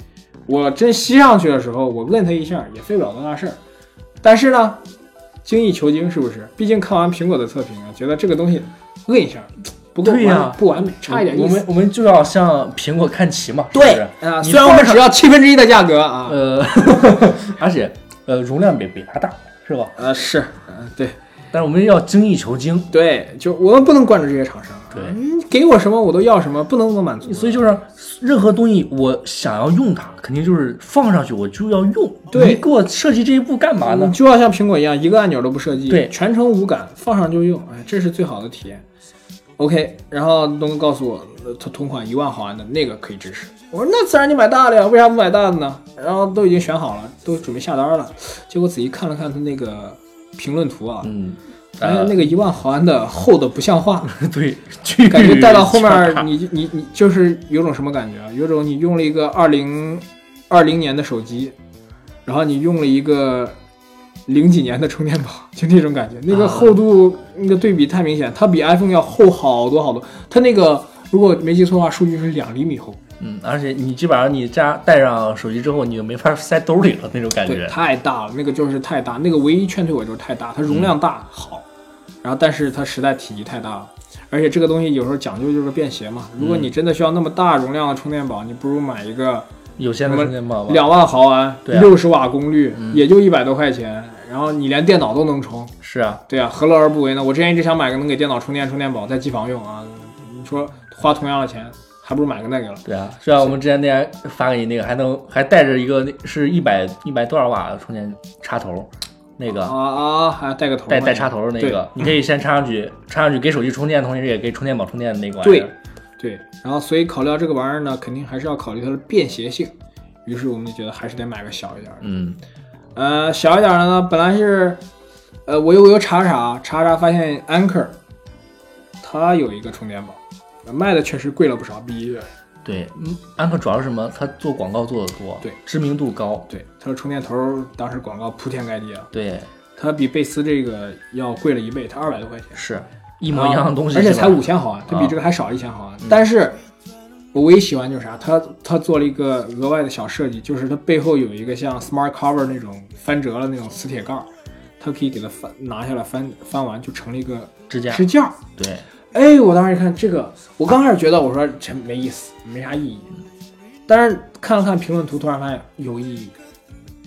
S2: 我真吸上去的时候，我摁它一下也费不了多大事儿。但是呢，精益求精是不是？毕竟看完苹果的测评啊，觉得这个东西摁一下不够完
S1: 对
S2: 美、
S1: 呀
S2: 不完美，差一点
S1: 我
S2: 意
S1: 们
S2: 思。
S1: 我们就要向苹果看齐嘛，是不
S2: 对
S1: 是
S2: 啊、呃
S1: 你
S2: 虽然我
S1: 放
S2: 们
S1: 上
S2: 只要七分之一的价格啊，
S1: 呃， *laughs* 而且呃容量比比它大是吧？
S2: 呃是，呃对
S1: 但是我们要精益求精，
S2: 对，就我们不能惯着这些厂商啊，
S1: 对
S2: 嗯，给我什么我都要什么，不能够满足。
S1: 所以就是任何东西我想要用它，肯定就是放上去我就要用。
S2: 对
S1: 你给我设计这一步干嘛
S2: 你
S1: 呢？
S2: 就要像苹果一样，一个按钮都不设计，
S1: 对
S2: 全程无感，放上就用，哎，这是最好的体验。OK，然后东哥告诉我，呃他同款一万毫安的那个可以支持。我说那自然你买大的呀，为啥不买大的呢？然后都已经选好了，都准备下单了。结果仔细看了看他那个评论图啊，
S1: 嗯，呃
S2: 发现、那个一万毫安的厚的不像话，
S1: 对，去
S2: *laughs* 感觉带到后
S1: *laughs*
S2: 面儿你就你你就是有种什么感觉啊？有种你用了一个二零二零年的手机，然后你用了一个零几年的充电宝，就那种感觉。那个
S1: 啊
S2: 厚度、那个对比太明显，它比 iPhone 要厚好多好多。它那个如果没记错的话，数据是两厘米厚，
S1: 嗯，而且你基本上你家带上手机之后，你就没法塞兜里了那种感
S2: 对，
S1: 觉。
S2: 太大了，那个就是太大。那个唯一劝退我就是太大，它容
S1: 嗯
S2: 量大、好，然后但是它实在体积太大了。而且这个东西有时候讲究就是便携嘛。如果
S1: 嗯
S2: 你真的需要那么大容量的充电宝，你不如买一个
S1: 有线的充电宝吧，
S2: 两万毫安，
S1: 对啊
S2: 六十瓦功率，
S1: 嗯
S2: 也就一百多块钱，然后你连电脑都能充，
S1: 是啊，
S2: 对啊，何乐而不为呢？我之前一直想买个能给电脑充电充电宝，在机房用啊，你说花同样的钱，还不如买个那个了。
S1: 对啊，就像我们之前那样发给你那个，还能还带着一个那是一百一百多少瓦的充电插头，那
S2: 啊
S1: 个
S2: 啊，还要带个头
S1: 带
S2: 嘛
S1: 带插头的那个，你可以先插上去，插上去给手机充电，同时也给充电宝充电的那个玩意儿。
S2: 对，然后所以考虑到这个玩意儿呢，肯定还是要考虑它的便携性。于是我们就觉得还是得买个小一点儿的。
S1: 嗯，
S2: 呃，小一点儿的呢，本来是，呃，我又我又查查查查，发现 Anchor，它有一个充电宝，卖的确实贵了不少，比
S1: 对，嗯，安克主要是什么？他做广告做的多，
S2: 对，
S1: 知名度高，
S2: 对，它的充电头儿当时广告铺天盖地啊，
S1: 对，
S2: 它比贝斯这个要贵了一倍，它二百多块钱，
S1: 是一模一样的东西，
S2: 啊哦而且
S1: 是吧
S2: 才五千毫安，它比
S1: 啊
S2: 这个还少一千毫安。但是，我唯一喜欢就是啥，它它做了一个额外的小设计，就是它背后有一个像 Smart Cover 那种翻折了那种磁铁盖儿，它可以给它翻拿下来翻翻完就成了一个
S1: 支架，
S2: 支架儿。
S1: 对，
S2: 哎，我当时一看这个，我刚开始觉得我说这没意思，没啥意义。但是看了看评论图，突然发现有意义。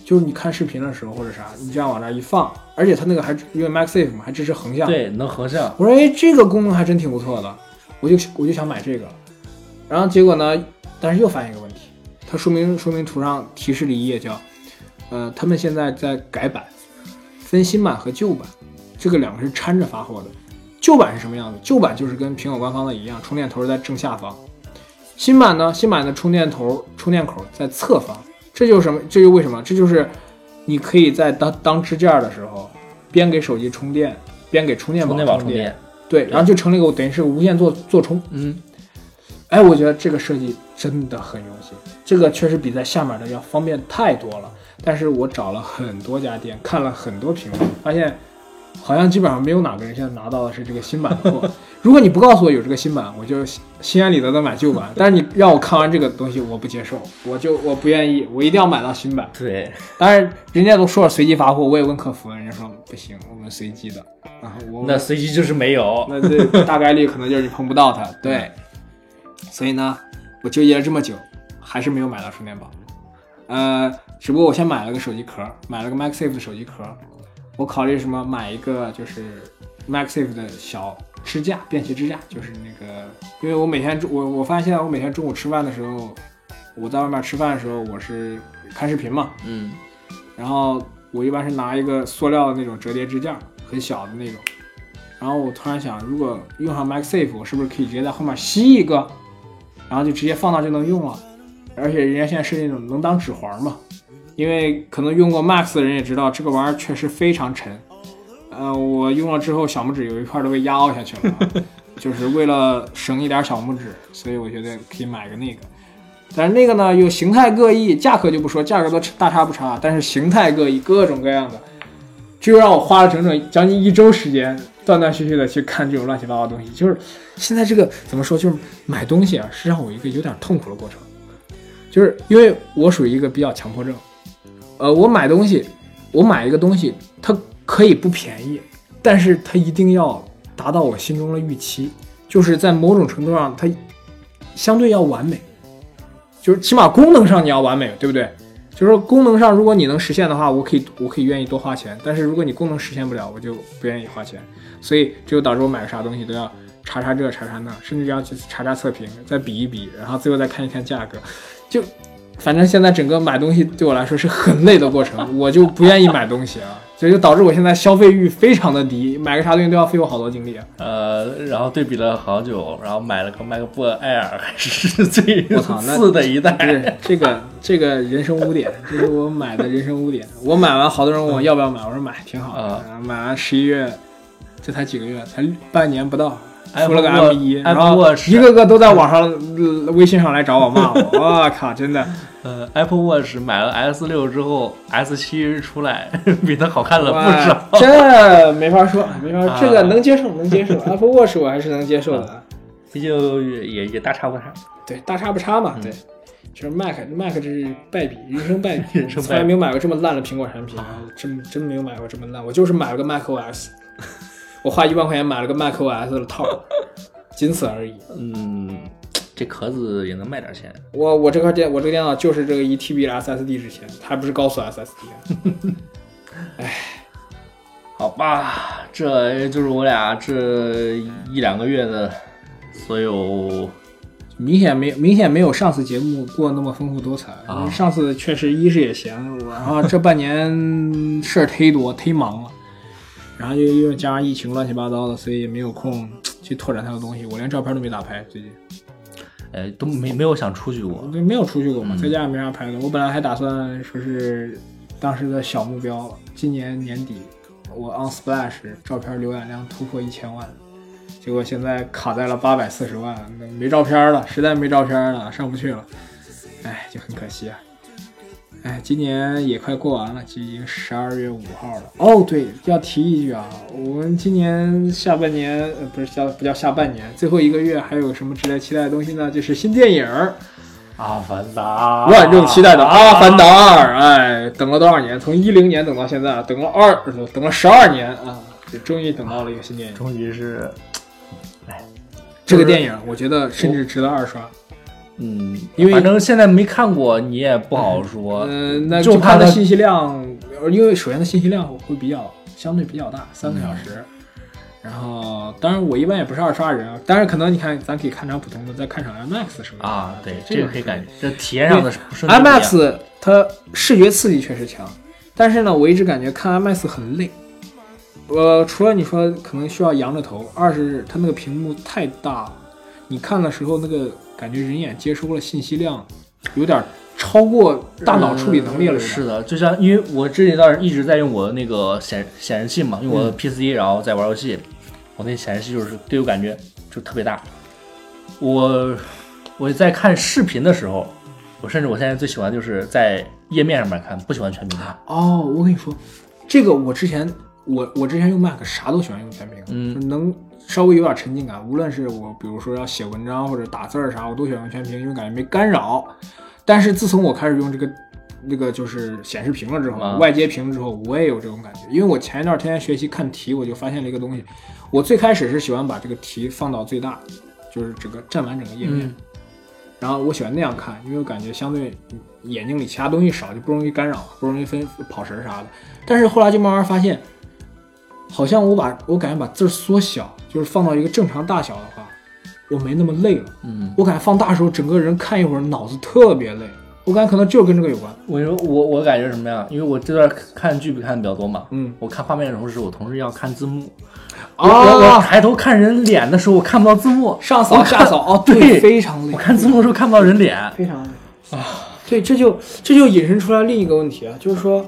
S2: 就是你看视频的时候或者啥，你这样往那儿一放，而且它那个还因为 MagSafe 嘛，还支持横向。
S1: 对，能横向，
S2: 我说哎，这个功能还真挺不错的，我就我就想买这个。然后结果呢，但是又发现一个问题，它说明说明图上提示了一页叫，呃，他们现在在改版，分新版和旧版，这个两个是掺着发货的。旧版是什么样子？旧版就是跟苹果官方的一样，充电头是在正下方。新版呢？新版的充电头、充电口在侧方，这就是什么？这就为什么？这就是你可以在当当支架的时候，边给手机充电，边给充电宝
S1: 充电宝充电，
S2: 对，然后就成了一个等于是无线做做充。
S1: 嗯，
S2: 哎，我觉得这个设计真的很用心，这个确实比在下面的要方便太多了。但是我找了很多家店，看了很多评论，发现好像基本上没有哪个人现在拿到的是这个新版的货。如果你不告诉我有这个新版，我就心心安理得的买旧版。但是你让我看完这个东西，我不接受，我就我不愿意，我一定要买到新版。
S1: 对，
S2: 当然，人家都说了随机发货，我也问客服，人家说不行，我们随机的。然后我
S1: 那随机就是没有，
S2: 那这大概率可能就是你碰不到它。对，所以呢，我纠结了这么久，还是没有买到充电宝。呃，只不过我先买了个手机壳，买了个 MagSafe 的手机壳。我考虑什么？买一个就是 MagSafe 的小支架，便携支架，就是那个，因为我每天中我我发现现在我每天中午吃饭的时候，我在外面吃饭的时候，我是看视频嘛，
S1: 嗯，
S2: 然后我一般是拿一个塑料的那种折叠支架，很小的那种。然后我突然想，如果用上 MagSafe，我是不是可以直接在后面吸一个，然后就直接放那就能用了？而且人家现在是那种能当指环嘛，因为可能用过 Max 的人也知道，这个玩意儿确实非常沉。呃，我用了之后，小拇指有一块都被压凹下去了啊， *laughs* 就是为了省一点小拇指，所以我觉得可以买个那个。但是那个呢，又形态各异，价格就不说，价格都大差不差，但是形态各异，各种各样的，这就让我花了整整将近一周时间，断断续续的去看这种乱七八糟的东西。就是现在这个怎么说，就是买东西啊，是让我一个有点痛苦的过程，就是因为我属于一个比较强迫症，呃，我买东西，我买一个东西，它可以不便宜，但是它一定要达到我心中的预期，就是在某种程度上，它相对要完美。就是起码功能上你要完美，对不对？就是说功能上如果你能实现的话，我可以我可以愿意多花钱，但是如果你功能实现不了，我就不愿意花钱，所以这就导致我买个啥东西都要查查这查查那，甚至要去查查测评，再比一比，然后最后再看一看价格，就反正现在整个买东西对我来说是很累的过程， *laughs* 我就不愿意买东西啊，所以就导致我现在消费欲非常的低，买个啥东西都要费我好多精力啊。
S1: 呃，然后对比了好久，然后买了个 MacBook Air，还是最
S2: 我操那
S1: 次的一代。
S2: 对，哎这个这个人生污点，这是我买的人生污点。我买完，好多人问我要不要买，我说买，挺好的
S1: 啊。
S2: 然后买完十一月，这才几个月，才半年不到，出
S1: Apple
S2: 了个 M 一，
S1: Watch-
S2: 然后
S1: Apple Watch
S2: 一个个都在网上、呃微信上来找我骂
S1: *laughs*
S2: 我，我靠，真的，
S1: 呃，Apple Watch 买了 S 六之后，S 七出来 *laughs* 比它好看了不
S2: 哇
S1: 少。
S2: 这没法说，没法说，
S1: 啊
S2: 这个能接受，能接受。Apple Watch 我还是能接受的。啊
S1: 毕竟也也也大差不差。
S2: 对，大差不差嘛，
S1: 嗯
S2: 对。就是 Mac Mac 这是败笔，人生败
S1: *laughs*
S2: 笔，
S1: 人生败笔啊
S2: 从来没有买过这么烂的苹果产品，真真没有买过这么烂。我就是买了个 Mac OS，我花一万块钱买了个 Mac OS 的套，仅此而已。
S1: 嗯，这壳子也能卖点钱。
S2: 我我这块电我这个电脑就是这个一 TB 的 SSD 值钱，它还不是高速 SSD 啊。
S1: 好吧，这就是我俩这一两个月的所有
S2: 明显没明显没有上次节目过那么丰富多彩。
S1: 啊
S2: 上次确实一是也闲，然后 *laughs* 这半年事儿忒多忒忙了，然后又又加上疫情乱七八糟的，所以也没有空去拓展他的东西。我连照片都没咋拍，最近
S1: 呃都没没有想出去过。
S2: 没有出去过嘛，在家也没啥拍的。我本来还打算说是当时的小目标，今年年底我 on Splash 照片浏览量突破一千万。结果现在卡在了八百四十万，那没照片了，实在没照片了，上不去了，哎，就很可惜啊。哎，今年也快过完了，就已经十二月五号了。哦，对，要提一句啊，我们今年下半年呃不是叫不叫下半年，最后一个月还有什么值得期待的东西呢？就是新电影儿。
S1: 阿凡达，
S2: 万众期待的《阿凡达二》，哎，等了多少年？从一零年等到现在，等了二，等了十二年啊，就终于等到了一个新电影。
S1: 终于是，
S2: 这个电影，我觉得甚至值得二刷。
S1: 嗯，
S2: 因为
S1: 反正现在没看过，你也不好说。
S2: 嗯，那
S1: 就
S2: 就
S1: 怕
S2: 它的
S1: 它
S2: 信息量，呃因为首先它信息量会比较相对比较大，三个小时。然后，当然我一般也不是二刷人啊，但是可能你看，咱可以看场普通的，再看场 IMAX 什么的
S1: 啊，对，
S2: 这
S1: 这
S2: 个
S1: 个可以
S2: 是
S1: 感觉，这体验上的顺序不一样
S2: IMAX 它视觉刺激确实强，但是呢，我一直感觉看 IMAX 很累。呃，除了你说可能需要仰着头，二是它那个屏幕太大了，你看的时候那个感觉人眼接收了信息量有点超过大脑处理能力了，
S1: 呃是的，就像因为我这一段一直在用我那个显显示器嘛，用我的 PC，、然后在玩游戏，我那显示器就是对我感觉就特别大。我我在看视频的时候，我甚至我现在最喜欢就是在页面上面看，不喜欢全屏看。
S2: 哦，我跟你说，这个我之前我我之前用 Mac 啥都喜欢用全屏，
S1: 嗯
S2: 就是能稍微有点沉浸感。无论是我比如说要写文章或者打字儿啥，我都喜欢用全屏，因为感觉没干扰。但是自从我开始用这个那个就是显示屏了之后，
S1: 啊
S2: 外接屏之后，我也有这种感觉。因为我前一段天天学习看题，我就发现了一个东西，我最开始是喜欢把这个题放到最大，就是整个占满整个页面。
S1: 嗯
S2: 然后我喜欢那样看，因为我感觉相对眼睛里其他东西少，就不容易干扰，不容易分跑神儿啥的。但是后来就慢慢发现，好像我把我感觉把字儿缩小，就是放到一个正常大小的话，我没那么累了。
S1: 嗯，
S2: 我感觉放大时候，整个人看一会儿脑子特别累，我感觉可能就跟这个有关。
S1: 我跟你说，我我感觉什么呀？因为我这段看剧不看的比较多嘛，
S2: 嗯，
S1: 我看画面的时候是我同事要看字幕，我我我
S2: 啊，
S1: 抬头看人脸的时候我看不到字幕，
S2: 上
S1: 我
S2: 扫
S1: 看
S2: 下扫哦，
S1: *laughs* 对
S2: 非常累
S1: 我，看字幕的时候看不到人脸。
S2: 非常累啊。对，这就这就引申出来另一个问题啊，就是说，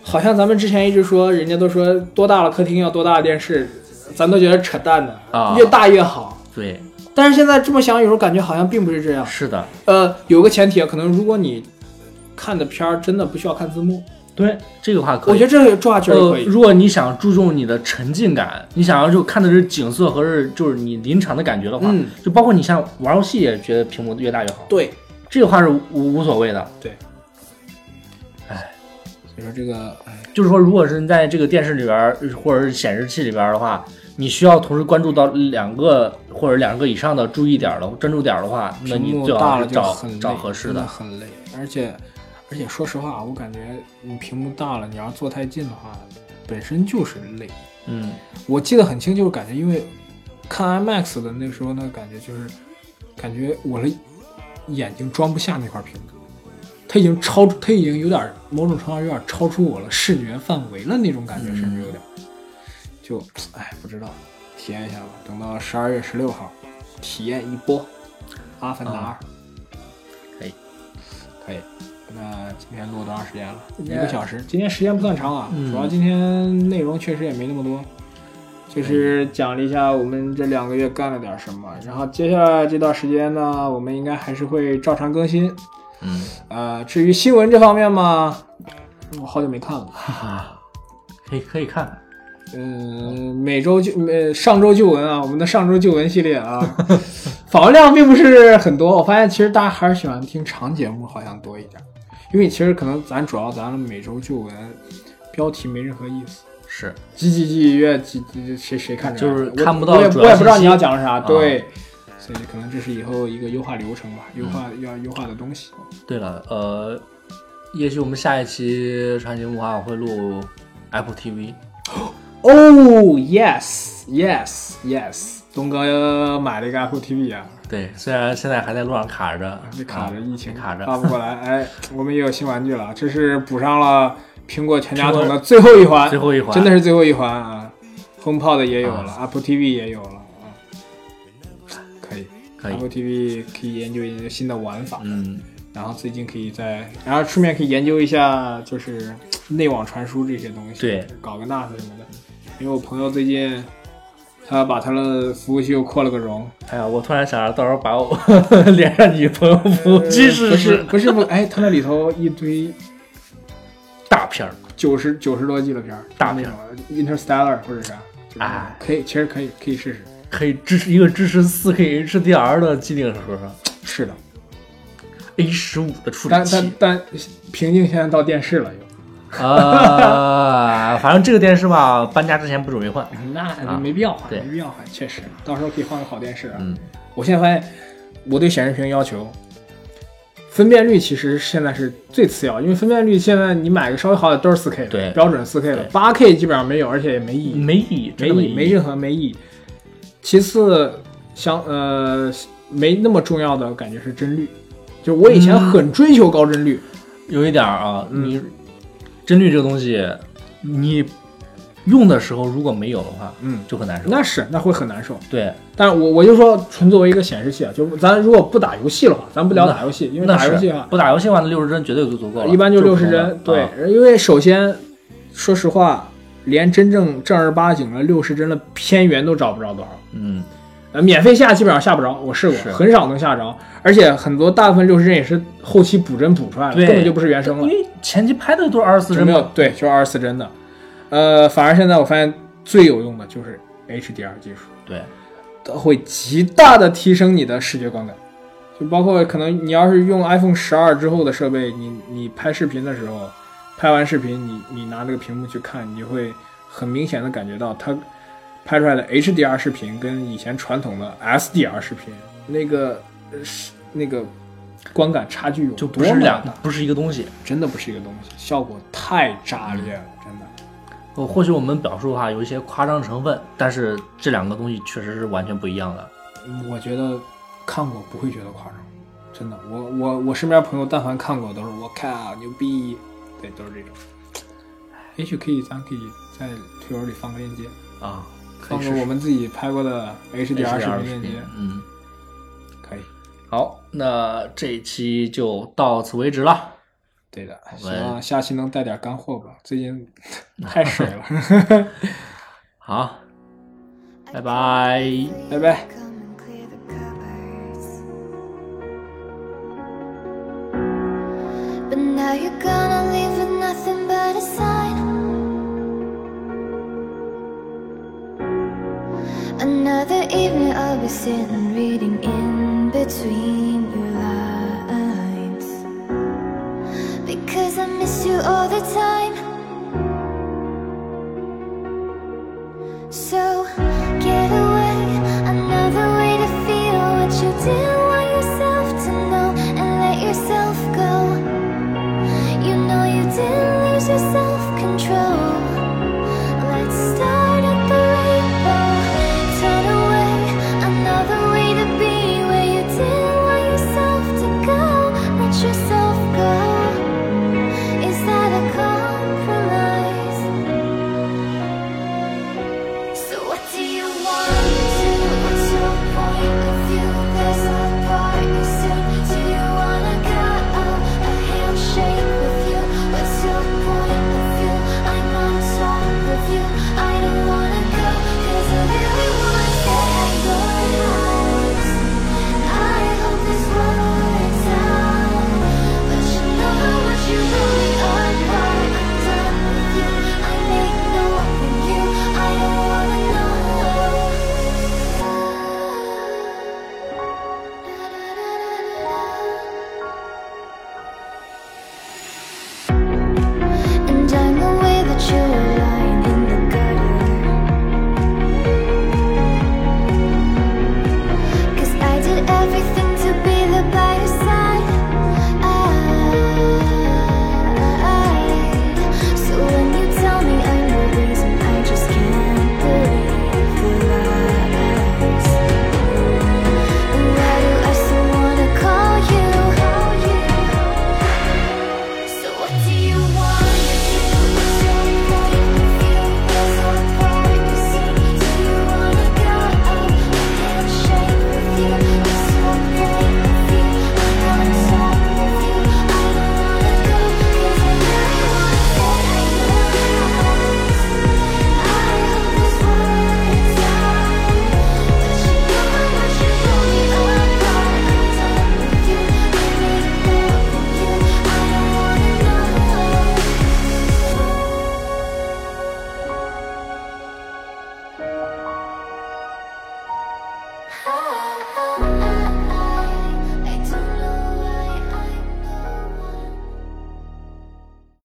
S2: 好像咱们之前一直说，人家都说多大的客厅要多大的电视，咱都觉得扯淡的
S1: 啊
S2: 越大越好。
S1: 对，
S2: 但是现在这么想，有时候感觉好像并不是这样。
S1: 是的，
S2: 呃，有个前提啊，可能如果你看的片儿真的不需要看字幕，
S1: 对这个话可以。
S2: 我觉得这个抓确实
S1: 呃
S2: 可，以。
S1: 如果你想注重你的沉浸感，你想要就看的是景色和是就是你临场的感觉的话，
S2: 嗯，
S1: 就包括你像玩游戏也觉得屏幕越大越好，
S2: 对，
S1: 这个话是无无所谓的。
S2: 所以说这个，哎，
S1: 就是说，如果是在这个电视里边儿或者是显示器里边儿的话，你需要同时关注到两个或者两个以上的注意点儿的专注点儿的话，那
S2: 屏
S1: 你
S2: 幕
S1: 最
S2: 大
S1: 好
S2: 了
S1: 是
S2: 就
S1: 找
S2: 很累
S1: 找合适
S2: 真的，
S1: 的。
S2: 很累，而且而且说实话，我感觉你屏幕大了，你要坐太近的话，本身就是累。
S1: 嗯，
S2: 我记得很清，就是感觉因为看 IMAX 的那时候那个感觉就是，感觉我的眼睛装不下那块屏幕，它已经超，它已经有点某种程度上有点超出我了视觉范围了那种感觉，
S1: 嗯
S2: 甚至有点，就哎不知道，体验一下吧，等到十二月十六号体验一波《阿凡达二》
S1: 啊可以，
S2: 可以。那今天录多长时间了？
S1: 今
S2: 一
S1: 天
S2: 个小时。今天时间不算长啊，
S1: 嗯
S2: 主要今天内容确实也没那么多，就是讲了一下我们这两个月干了点什么。然后接下来这段时间呢，我们应该还是会照常更新。
S1: 嗯，
S2: 呃，至于新闻这方面嘛，我好久没看了。
S1: 哈哈，可以可以看，
S2: 嗯，每周就呃上周旧闻啊，我们的上周旧闻系列啊，访问量并不是很多。我发现其实大家还是喜欢听长节目，好像多一点，因为其实可能咱主要咱们每周旧闻标题没任何意思，
S1: 是
S2: 几几几月几几几谁谁看着啊，
S1: 就是
S2: 我
S1: 看不到
S2: 我也
S1: 主
S2: 我
S1: 要
S2: 也不知道
S1: 信息
S2: 你要讲啥，
S1: 啊
S2: 对，所以可能这是以后一个优化流程吧，优化、
S1: 嗯
S2: 要优化的东西。
S1: 对了，呃，也许我们下一期长节目的话，我会录 Apple TV。
S2: 哦、yes yes yes，东哥买了一个 Apple TV 啊。
S1: 对，虽然现在还在路上卡着，
S2: 被卡着，
S1: 啊
S2: 疫情
S1: 卡着
S2: 发不过来。哎，我们也有新玩具了，这是补上了苹果全家桶的最后一环，
S1: 啊最后一环
S2: 真的是最后一环啊！HomePod 也有了、
S1: 啊
S2: a p p l e TV 也有了啊，可以
S1: 可以，
S2: Apple TV 可以研究研究新的玩法，
S1: 嗯，
S2: 然后最近可以在，然后顺便可以研究一下就是内网传输这些东西，
S1: 对，
S2: 搞个 NAS 什么的。因为我朋友最近他把他的服务器又扩了个容，
S1: 哎呀，我突然想着到时候把我 *laughs* 连上女朋友服务器试
S2: 不是
S1: 试，
S2: 不是不，哎，他那里头一堆
S1: 大片儿，
S2: 九十九十多 G 的片儿，
S1: 大
S2: 那
S1: 片
S2: 种 Interstellar 或者啥，就是那种
S1: 哎
S2: 可以，其实可以可以试试。
S1: 可以支持一个支持 4K HDR 的机顶盒
S2: 是的，
S1: ，A 十五的处理
S2: 但
S1: 器
S2: 但但瓶颈现在到电视了又，
S1: 啊，反正这个电视吧，搬家之前不准备换。
S2: 那
S1: 啊
S2: 没必要换，
S1: 对
S2: 没必要换，确实，到时候可以换个好电视啊。
S1: 嗯，
S2: 我现在发现我对显示屏要求。分辨率其实现在是最次要，因为分辨率现在你买个稍微好点都是 4K 的，
S1: 对
S2: 标准 4K 的
S1: 对嗯
S2: ，8K 基本上没有，而且也没意义。
S1: 没意义，
S2: 没
S1: 真的
S2: 意，没
S1: 意义。
S2: 任何没意义。其次，相呃没那么重要的感觉是帧率，就我以前
S1: 嗯
S2: 很追求高帧率，
S1: 有一点儿啊，
S2: 嗯
S1: 你帧率这个东西，你用的时候如果没有的话，
S2: 嗯，
S1: 就很难受。
S2: 那是那会很难受。
S1: 对，
S2: 但是我我就说纯作为一个显示器啊，就咱如果不打游戏的话，咱不聊打游戏，因为
S1: 那
S2: 打
S1: 是
S2: 游戏的话，
S1: 不打游戏的话，那六十帧绝对就足够了，
S2: 一般就六
S1: 不
S2: 十
S1: 同了
S2: 帧。对
S1: 啊，
S2: 因为首先说实话，连真正正儿八经的六十帧的片源都找不着多少。
S1: 嗯，
S2: 呃，免费下基本上下不着，我试过，
S1: 是
S2: 很少能下着，而且很多大部分六十帧也是后期补帧补出来的，
S1: 对
S2: 根本就不是原生
S1: 因
S2: 了，
S1: 为前期拍的都是二十四
S2: 就
S1: 帧
S2: 没有
S1: 嘛，
S2: 对，就是二十四帧的。呃，反而现在我发现最有用的就是 HDR 技术，
S1: 对，
S2: 它会极大的提升你的视觉观感，就包括可能你要是用 iPhone 十二之后的设备，你你拍视频的时候，拍完视频你你拿这个屏幕去看，你就会很明显的感觉到它拍出来的 HDR 视频跟以前传统的 SDR 视频那个呃是那个观感差距有
S1: 就不
S2: 多
S1: 是
S2: 么
S1: 两
S2: 大，
S1: 不是一个东西。
S2: 真的不是一个东西，效果太炸裂了，真的。
S1: 呃，或许我们表述的话有一些夸张成分，但是这两个东西确实是完全不一样的。
S2: 嗯我觉得看过不会觉得夸张，真的，我我我身边朋友但凡看过都是我靠牛逼，对，都是这种。也许可以，咱可以在推文里放个链接，
S1: 啊，可
S2: 放
S1: 以
S2: 个
S1: 试
S2: 我
S1: 试
S2: 们自己拍过的 HDR 视频链接，
S1: 嗯，
S2: 可以。
S1: 好，那这一期就到此为止了。
S2: 对的，希
S1: 们
S2: 望下期能带点干货吧，最近 *laughs* 太水了。
S1: 好，拜拜。
S2: 拜拜。
S3: Come and clear the cupboards. But now you're gonna leave with nothing but a sign. Another evening I'll be sitting reading in between your lines. Because I miss you all the time. So get away, another way to feel what you do